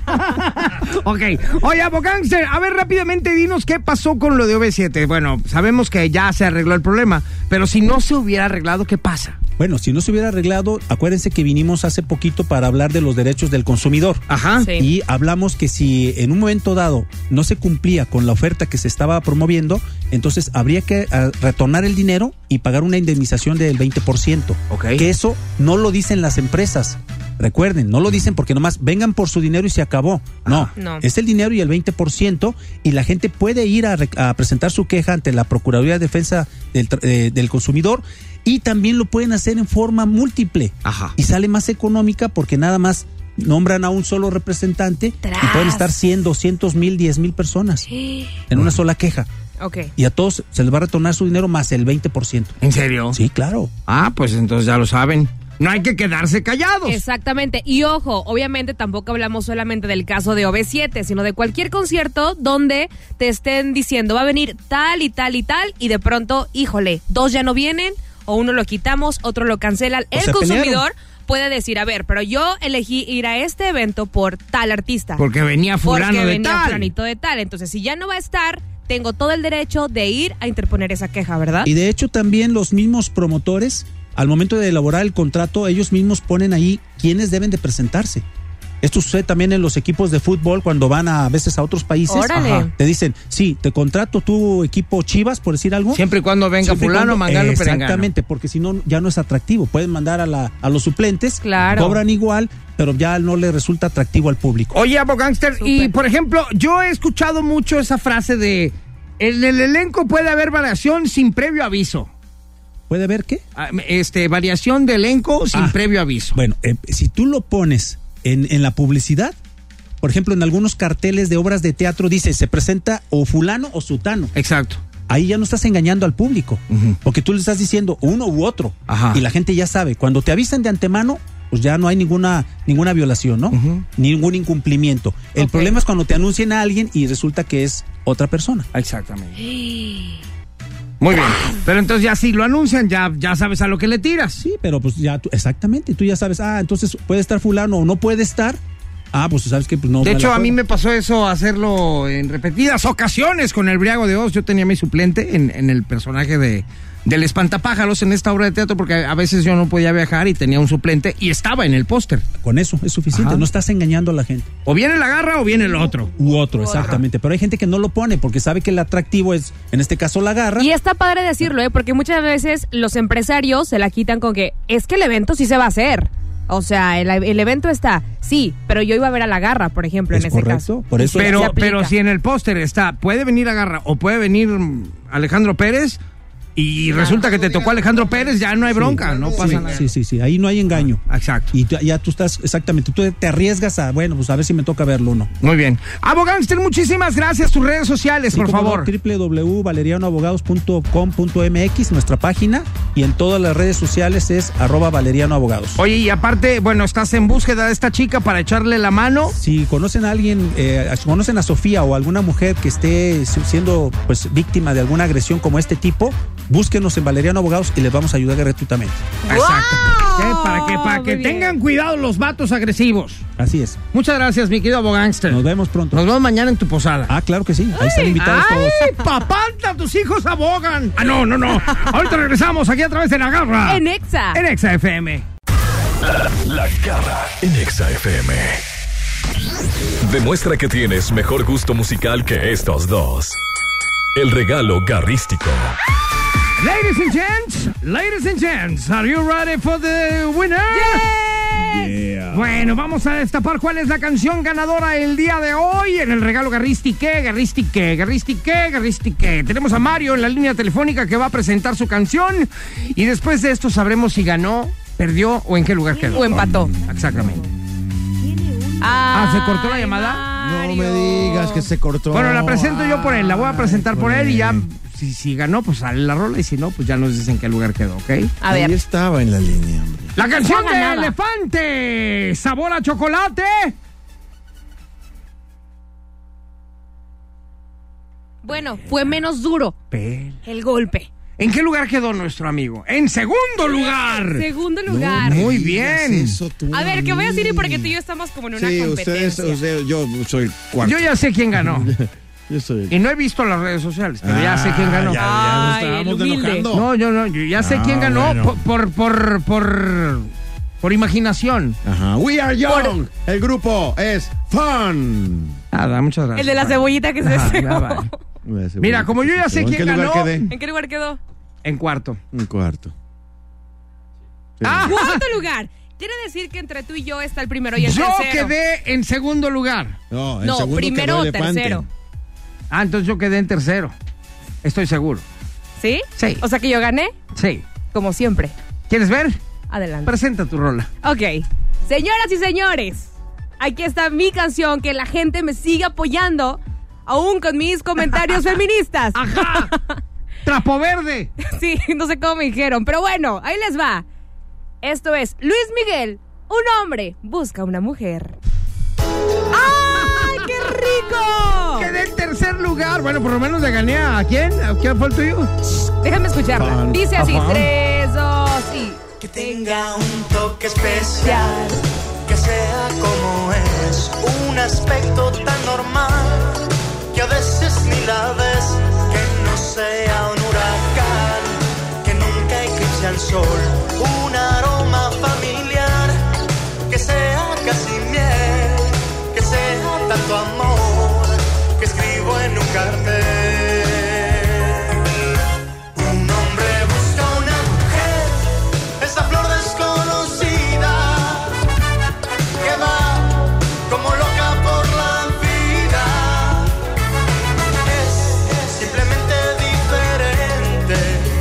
[SPEAKER 1] Ah. ok. Oye, Abogánster, a ver rápidamente dinos qué pasó con lo de OV7. Bueno, sabemos que ya se arregló el problema, pero si no se hubiera arreglado, ¿qué pasa?
[SPEAKER 9] Bueno, si no se hubiera arreglado, acuérdense que vinimos hace poquito para hablar de los derechos del consumidor.
[SPEAKER 1] Ajá.
[SPEAKER 2] Sí.
[SPEAKER 9] Y hablamos que si en un momento dado no se cumplía con la oferta que se estaba promoviendo, entonces habría que ah, retornar el dinero y pagar una indemnización del 20%.
[SPEAKER 1] Ok.
[SPEAKER 9] Que eso no lo dicen las empresas. Recuerden, no lo dicen porque nomás vengan por su dinero y se acabó. No,
[SPEAKER 2] Ah, No.
[SPEAKER 9] es el dinero y el 20% y la gente puede ir a, rec- a presentar su queja ante la Procuraduría de Defensa del, Tra- eh, del Consumidor y también lo pueden hacer en forma múltiple
[SPEAKER 1] Ajá.
[SPEAKER 9] y sale más económica porque nada más nombran a un solo representante y
[SPEAKER 2] Tras.
[SPEAKER 9] pueden estar 100, 200 mil, 10 mil personas en una sola queja.
[SPEAKER 2] Ok.
[SPEAKER 9] Y a todos se les va a retornar su dinero más el 20%.
[SPEAKER 1] ¿En serio?
[SPEAKER 9] Sí, claro.
[SPEAKER 1] Ah, pues entonces ya lo saben. No hay que quedarse callados.
[SPEAKER 2] Exactamente. Y ojo, obviamente tampoco hablamos solamente del caso de OV7, sino de cualquier concierto donde te estén diciendo va a venir tal y tal y tal, y de pronto, híjole, dos ya no vienen, o uno lo quitamos, otro lo cancelan.
[SPEAKER 9] O se
[SPEAKER 2] El
[SPEAKER 9] pelearon.
[SPEAKER 2] consumidor puede decir, a ver, pero yo elegí ir a este evento por tal artista.
[SPEAKER 1] Porque venía fulano
[SPEAKER 2] Porque
[SPEAKER 1] de
[SPEAKER 2] venía
[SPEAKER 1] tal.
[SPEAKER 2] fulanito de tal. Entonces, si ya no va a estar, tengo todo el derecho de ir a interponer esa queja, ¿verdad?
[SPEAKER 9] Y de hecho también los mismos promotores, al momento de elaborar el contrato, ellos mismos ponen ahí quiénes deben de presentarse. Esto sucede también en los equipos de fútbol cuando van a, a veces a otros países.
[SPEAKER 2] Órale. Ajá.
[SPEAKER 9] Te dicen, sí, te contrato tu equipo Chivas, por decir algo.
[SPEAKER 1] Siempre y cuando venga
[SPEAKER 9] Siempre y
[SPEAKER 1] fulano,
[SPEAKER 9] cuando-
[SPEAKER 1] mangano, perengano.
[SPEAKER 9] Exactamente, porque si no, ya no es atractivo. Pueden mandar a, la, a los suplentes,
[SPEAKER 2] Claro.
[SPEAKER 9] cobran igual, pero ya no le resulta atractivo al público.
[SPEAKER 1] Oye, Abo Gangster, y
[SPEAKER 2] Súper.
[SPEAKER 1] por ejemplo, yo he escuchado mucho esa frase de en el elenco puede haber variación sin previo aviso.
[SPEAKER 9] ¿Puede ver qué?
[SPEAKER 1] Ah, Este, variación de elenco sin
[SPEAKER 9] Ah.
[SPEAKER 1] previo aviso.
[SPEAKER 9] Bueno, eh, si tú lo pones en, en la publicidad, por ejemplo, en algunos carteles de obras de teatro dice, se presenta o fulano o sutano.
[SPEAKER 1] Exacto.
[SPEAKER 9] Ahí ya no estás engañando al público,
[SPEAKER 1] Ujú.
[SPEAKER 9] porque tú le estás diciendo uno u otro.
[SPEAKER 1] Ajá.
[SPEAKER 9] Y la gente ya sabe, cuando te avisan de antemano, pues ya no hay ninguna, ninguna violación, ¿no?
[SPEAKER 1] Ujú.
[SPEAKER 9] Ningún incumplimiento. El
[SPEAKER 2] Ok.
[SPEAKER 9] problema es cuando te anuncian a alguien y resulta que es otra persona.
[SPEAKER 1] Exactamente. Muy bien. Pero entonces ya si lo anuncian, ya, ya sabes a lo que le tiras.
[SPEAKER 9] Sí, pero pues ya, tú- exactamente, tú ya sabes, ah, entonces puede estar fulano o no puede estar. Ah, pues sabes que pues no.
[SPEAKER 1] De
[SPEAKER 9] la
[SPEAKER 1] hecho, a mí
[SPEAKER 9] juego.
[SPEAKER 1] me pasó eso hacerlo en repetidas ocasiones con el Briago de Oz. Yo tenía mi suplente en, en el personaje de del espantapájaros en esta obra de teatro porque a veces yo no podía viajar y tenía un suplente y estaba en el póster.
[SPEAKER 9] Con eso es suficiente,
[SPEAKER 1] Ajá.
[SPEAKER 9] no estás engañando a la gente.
[SPEAKER 1] O viene la garra o viene el otro.
[SPEAKER 9] U otro, exactamente. Pero hay gente que no lo pone porque sabe que el atractivo es, en este caso, la garra.
[SPEAKER 2] Y está padre decirlo, ¿eh? porque muchas veces los empresarios se la quitan con que es que el evento sí se va a hacer. O sea, el, el evento está, sí, pero yo iba a ver a la garra, por ejemplo,
[SPEAKER 9] Es
[SPEAKER 2] en ese
[SPEAKER 9] correcto,
[SPEAKER 2] caso.
[SPEAKER 9] por eso-
[SPEAKER 2] Se
[SPEAKER 1] Pero,
[SPEAKER 2] aplica.
[SPEAKER 1] pero si en el póster está, puede venir la garra o puede venir mm, Alejandro Pérez y resulta que te tocó Alejandro Pérez, ya no hay bronca, no pasa
[SPEAKER 9] sí,
[SPEAKER 1] nada.
[SPEAKER 9] sí, sí, sí, ahí no hay engaño.
[SPEAKER 1] Exacto.
[SPEAKER 9] Y tú- ya tú estás, exactamente, tú te arriesgas a, bueno, pues a ver si me toca verlo o no.
[SPEAKER 1] Muy bien. Abogánster, muchísimas gracias. Tus redes sociales, por
[SPEAKER 9] Sí, como
[SPEAKER 1] favor.
[SPEAKER 9] no, www.valerianoabogados.com.mx, nuestra página, y en todas las redes sociales es arroba valerianoabogados.
[SPEAKER 1] Oye, y aparte, bueno, estás en búsqueda de esta chica para echarle la mano.
[SPEAKER 9] Si conocen a alguien, eh, si conocen a Sofía o alguna mujer que esté si- siendo pues víctima de alguna agresión como este tipo, búsquenos en Valeriano Abogados y les vamos a ayudar gratuitamente.
[SPEAKER 1] Exacto. ¿Qué? Para que, para
[SPEAKER 2] Muy
[SPEAKER 1] que
[SPEAKER 2] bien.
[SPEAKER 1] tengan cuidado los vatos agresivos.
[SPEAKER 9] Así es.
[SPEAKER 1] Muchas gracias, mi querido Abogánster.
[SPEAKER 9] Nos
[SPEAKER 1] Nos
[SPEAKER 9] vemos pronto.
[SPEAKER 1] vemos mañana en tu posada.
[SPEAKER 9] Ah, claro que sí. Ahí están invitados todos.
[SPEAKER 1] ¡Ay, papanta! Tus hijos abogan. Ah, no, no, no. Ahorita regresamos aquí a través de la garra.
[SPEAKER 2] En Exa.
[SPEAKER 1] En Exa FM.
[SPEAKER 4] La garra en Exa FM. Demuestra que tienes mejor gusto musical que estos dos. El regalo garrístico.
[SPEAKER 1] Ladies and gents, ladies and gents, are you ready for the winner? Bueno, vamos a destapar cuál es la canción ganadora el día de hoy en el regalo Garristique, Garristique, Garristique, Garristique. Tenemos a Mario en la línea telefónica que va a presentar su canción y después de esto sabremos si ganó, perdió o en qué lugar quedó.
[SPEAKER 2] O empató.
[SPEAKER 1] Exactamente. Ah, ¿se cortó la llamada?
[SPEAKER 3] No me digas que se cortó.
[SPEAKER 1] Bueno, la presento yo por él, la voy a presentar por él y ya si, si ganó, pues sale la rola y si no, pues ya nos dicen qué lugar quedó, ¿ok?
[SPEAKER 2] A ver.
[SPEAKER 3] Ahí estaba en la línea, hombre.
[SPEAKER 1] La canción
[SPEAKER 2] Ya
[SPEAKER 1] de
[SPEAKER 2] ganaba.
[SPEAKER 1] Elefante, sabor a chocolate.
[SPEAKER 2] Bueno, fue menos duro
[SPEAKER 1] ¿En
[SPEAKER 2] el golpe.
[SPEAKER 1] qué lugar quedó nuestro amigo? En segundo lugar.
[SPEAKER 2] Segundo lugar.
[SPEAKER 1] No, Muy
[SPEAKER 3] Digas
[SPEAKER 1] bien.
[SPEAKER 3] eso tú
[SPEAKER 2] A ver, que voy a decir y porque tú y yo
[SPEAKER 3] mí.
[SPEAKER 2] estamos como en una
[SPEAKER 3] Sí,
[SPEAKER 2] competencia.
[SPEAKER 3] ustedes, ustedes- yo soy el cuarto.
[SPEAKER 1] Yo ya sé quién ganó.
[SPEAKER 3] Yo soy el-
[SPEAKER 1] Y no he visto las redes sociales, pero
[SPEAKER 2] Ah,
[SPEAKER 1] ya sé quién ganó.
[SPEAKER 2] Ay, el humilde.
[SPEAKER 1] No, yo no, yo ya sé
[SPEAKER 3] Ah,
[SPEAKER 1] quién ganó
[SPEAKER 3] bueno.
[SPEAKER 1] po- por, por, por, por imaginación.
[SPEAKER 3] Ajá. We are young. El grupo es Fun.
[SPEAKER 1] Nada, muchas gracias.
[SPEAKER 2] El de la cebollita que se
[SPEAKER 1] Ah,
[SPEAKER 2] deseó.
[SPEAKER 1] ya va. Mira, como yo ya sé
[SPEAKER 3] ¿En
[SPEAKER 1] quién
[SPEAKER 3] qué lugar
[SPEAKER 1] ganó-
[SPEAKER 3] quedé?
[SPEAKER 2] ¿En qué lugar quedó?
[SPEAKER 1] En cuarto.
[SPEAKER 3] Un cuarto.
[SPEAKER 1] Ah,
[SPEAKER 2] Cuarto lugar. Quiere decir que entre tú y yo está el primero y el
[SPEAKER 1] yo
[SPEAKER 2] tercero.
[SPEAKER 1] quedé en segundo lugar.
[SPEAKER 3] No, el
[SPEAKER 2] No,
[SPEAKER 3] segundo
[SPEAKER 2] primero
[SPEAKER 3] quedó
[SPEAKER 2] o
[SPEAKER 3] Elefante.
[SPEAKER 2] tercero.
[SPEAKER 1] Ah, entonces yo quedé en tercero. Estoy seguro.
[SPEAKER 2] ¿Sí?
[SPEAKER 1] Sí.
[SPEAKER 2] O sea que yo gané,
[SPEAKER 1] Sí.
[SPEAKER 2] como siempre.
[SPEAKER 1] ¿Quieres ver?
[SPEAKER 2] Adelante.
[SPEAKER 1] Presenta tu rola.
[SPEAKER 2] Ok. Señoras y señores, aquí está mi canción, que la gente me sigue apoyando, aún con mis comentarios feministas.
[SPEAKER 1] ¡Ajá! ¡Trapo verde!
[SPEAKER 2] Sí, no sé cómo me dijeron, pero bueno, ahí les va. Esto es Luis Miguel, un hombre busca una mujer. ¡Ay, qué rico!
[SPEAKER 1] Quedé en tercer lugar. Bueno, por lo menos le gané a quién? ¿A quién fue el tuyo?
[SPEAKER 2] Déjame escucharla. Dice así, tres, dos y...
[SPEAKER 10] Que tenga un toque especial, que sea como es, un aspecto tan normal, que a veces ni la ves, que no sea un huracán, que nunca eclipse al sol, un aroma familiar, que sea casi miel, que sea tanto amor, que escribo en un cartel. Un hombre busca una mujer, esa flor desconocida que va como loca por la vida. Es simplemente diferente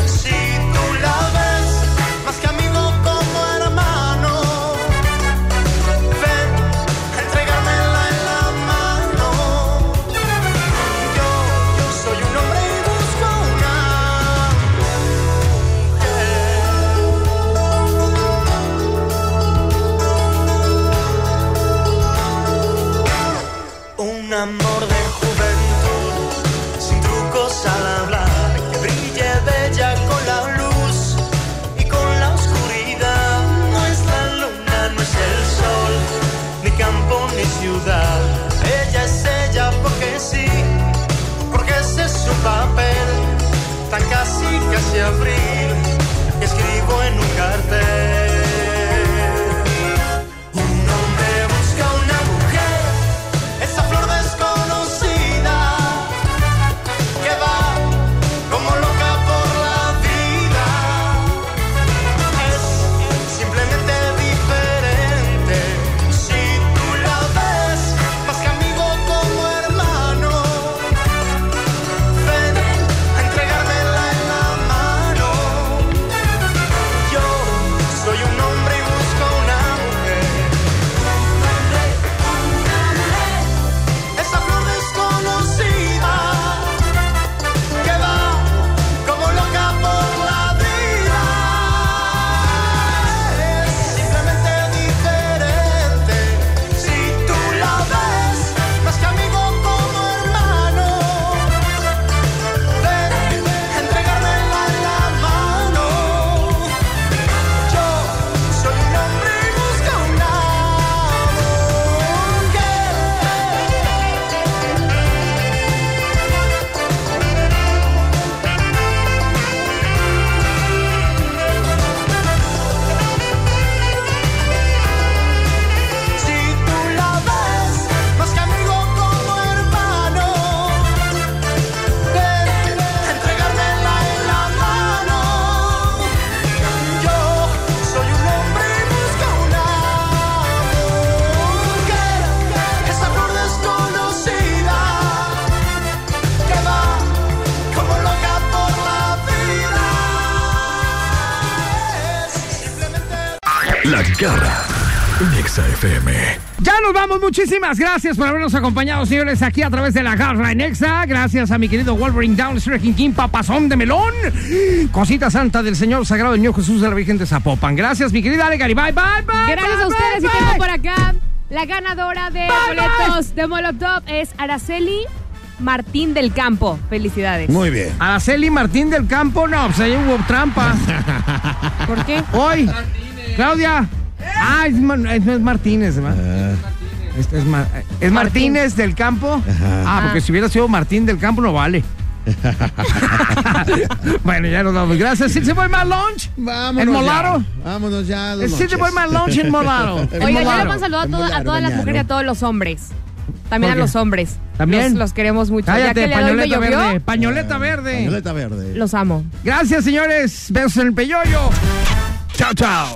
[SPEAKER 10] si tú la ves, más que amigo como hermano. Ven a entregármela en la mano. Yo, yo soy un hombre y busco una mujer. Un amor de juventud, sin trucos al hablar, que brille bella con la luz y con la oscuridad. No es la luna, no es el sol, ni campo ni ciudad. Ella es ella porque sí porque ese es su papel, tan casi casi abril, que escribo en un cartel. Un hombre busca una mujer, esa flor desconocida, que va como loca por la vida. Es simplemente diferente, si tú la ves, más que amigo como hermano. Ven a entregármela en la mano.
[SPEAKER 4] La garra en Exa FM.
[SPEAKER 1] Ya nos vamos, muchísimas gracias por habernos acompañado, señores, aquí a través de la garra en Exa. Gracias a mi querido Wolverine Down, King King, Papazón de Melón, Cosita Santa del Señor Sagrado del Niño Jesús de la Virgen de Zapopan. Gracias, mi querida Ale Gary. Bye, bye, bye.
[SPEAKER 2] Gracias
[SPEAKER 1] bye,
[SPEAKER 2] a ustedes
[SPEAKER 1] bye,
[SPEAKER 2] y tengo
[SPEAKER 1] bye.
[SPEAKER 2] por acá la ganadora de boletos de Molotov es Araceli Martín del Campo. Felicidades.
[SPEAKER 1] Muy bien. Araceli Martín del Campo, no, pues ahí hubo trampa.
[SPEAKER 2] ¿Por qué?
[SPEAKER 1] Hoy. Claudia. Ah, es, Ma- es- es Martínez, ¿verdad? Este es, Ma- ¿es Martínez del Campo.
[SPEAKER 3] Ajá.
[SPEAKER 1] Ah, porque
[SPEAKER 3] Ah.
[SPEAKER 1] si hubiera sido Martín del Campo no vale. bueno, ya nos vamos. Gracias. ¿Sí se fue más lunch?
[SPEAKER 3] Vámonos
[SPEAKER 1] ¿En
[SPEAKER 3] ya.
[SPEAKER 1] Molaro?
[SPEAKER 3] Vámonos ya. don
[SPEAKER 1] ¿Es sí se
[SPEAKER 3] Lonches.
[SPEAKER 1] fue más lunch en Molaro? En
[SPEAKER 2] Oiga, yo le
[SPEAKER 1] Molaro.
[SPEAKER 2] mando saludo a, toda- a todas las
[SPEAKER 1] mañana.
[SPEAKER 2] mujeres y a todos los hombres. También a
[SPEAKER 1] ¿Por qué?
[SPEAKER 2] los hombres.
[SPEAKER 1] ¿También?
[SPEAKER 2] Los, los queremos mucho. ya
[SPEAKER 1] Cállate,
[SPEAKER 2] que le doy me
[SPEAKER 1] pañoleta
[SPEAKER 2] llovió,
[SPEAKER 1] verde. Pañoleta verde. Pañoleta
[SPEAKER 3] verde.
[SPEAKER 2] los amo.
[SPEAKER 1] Gracias, señores. Besos en el peyoyo. Chao, chao.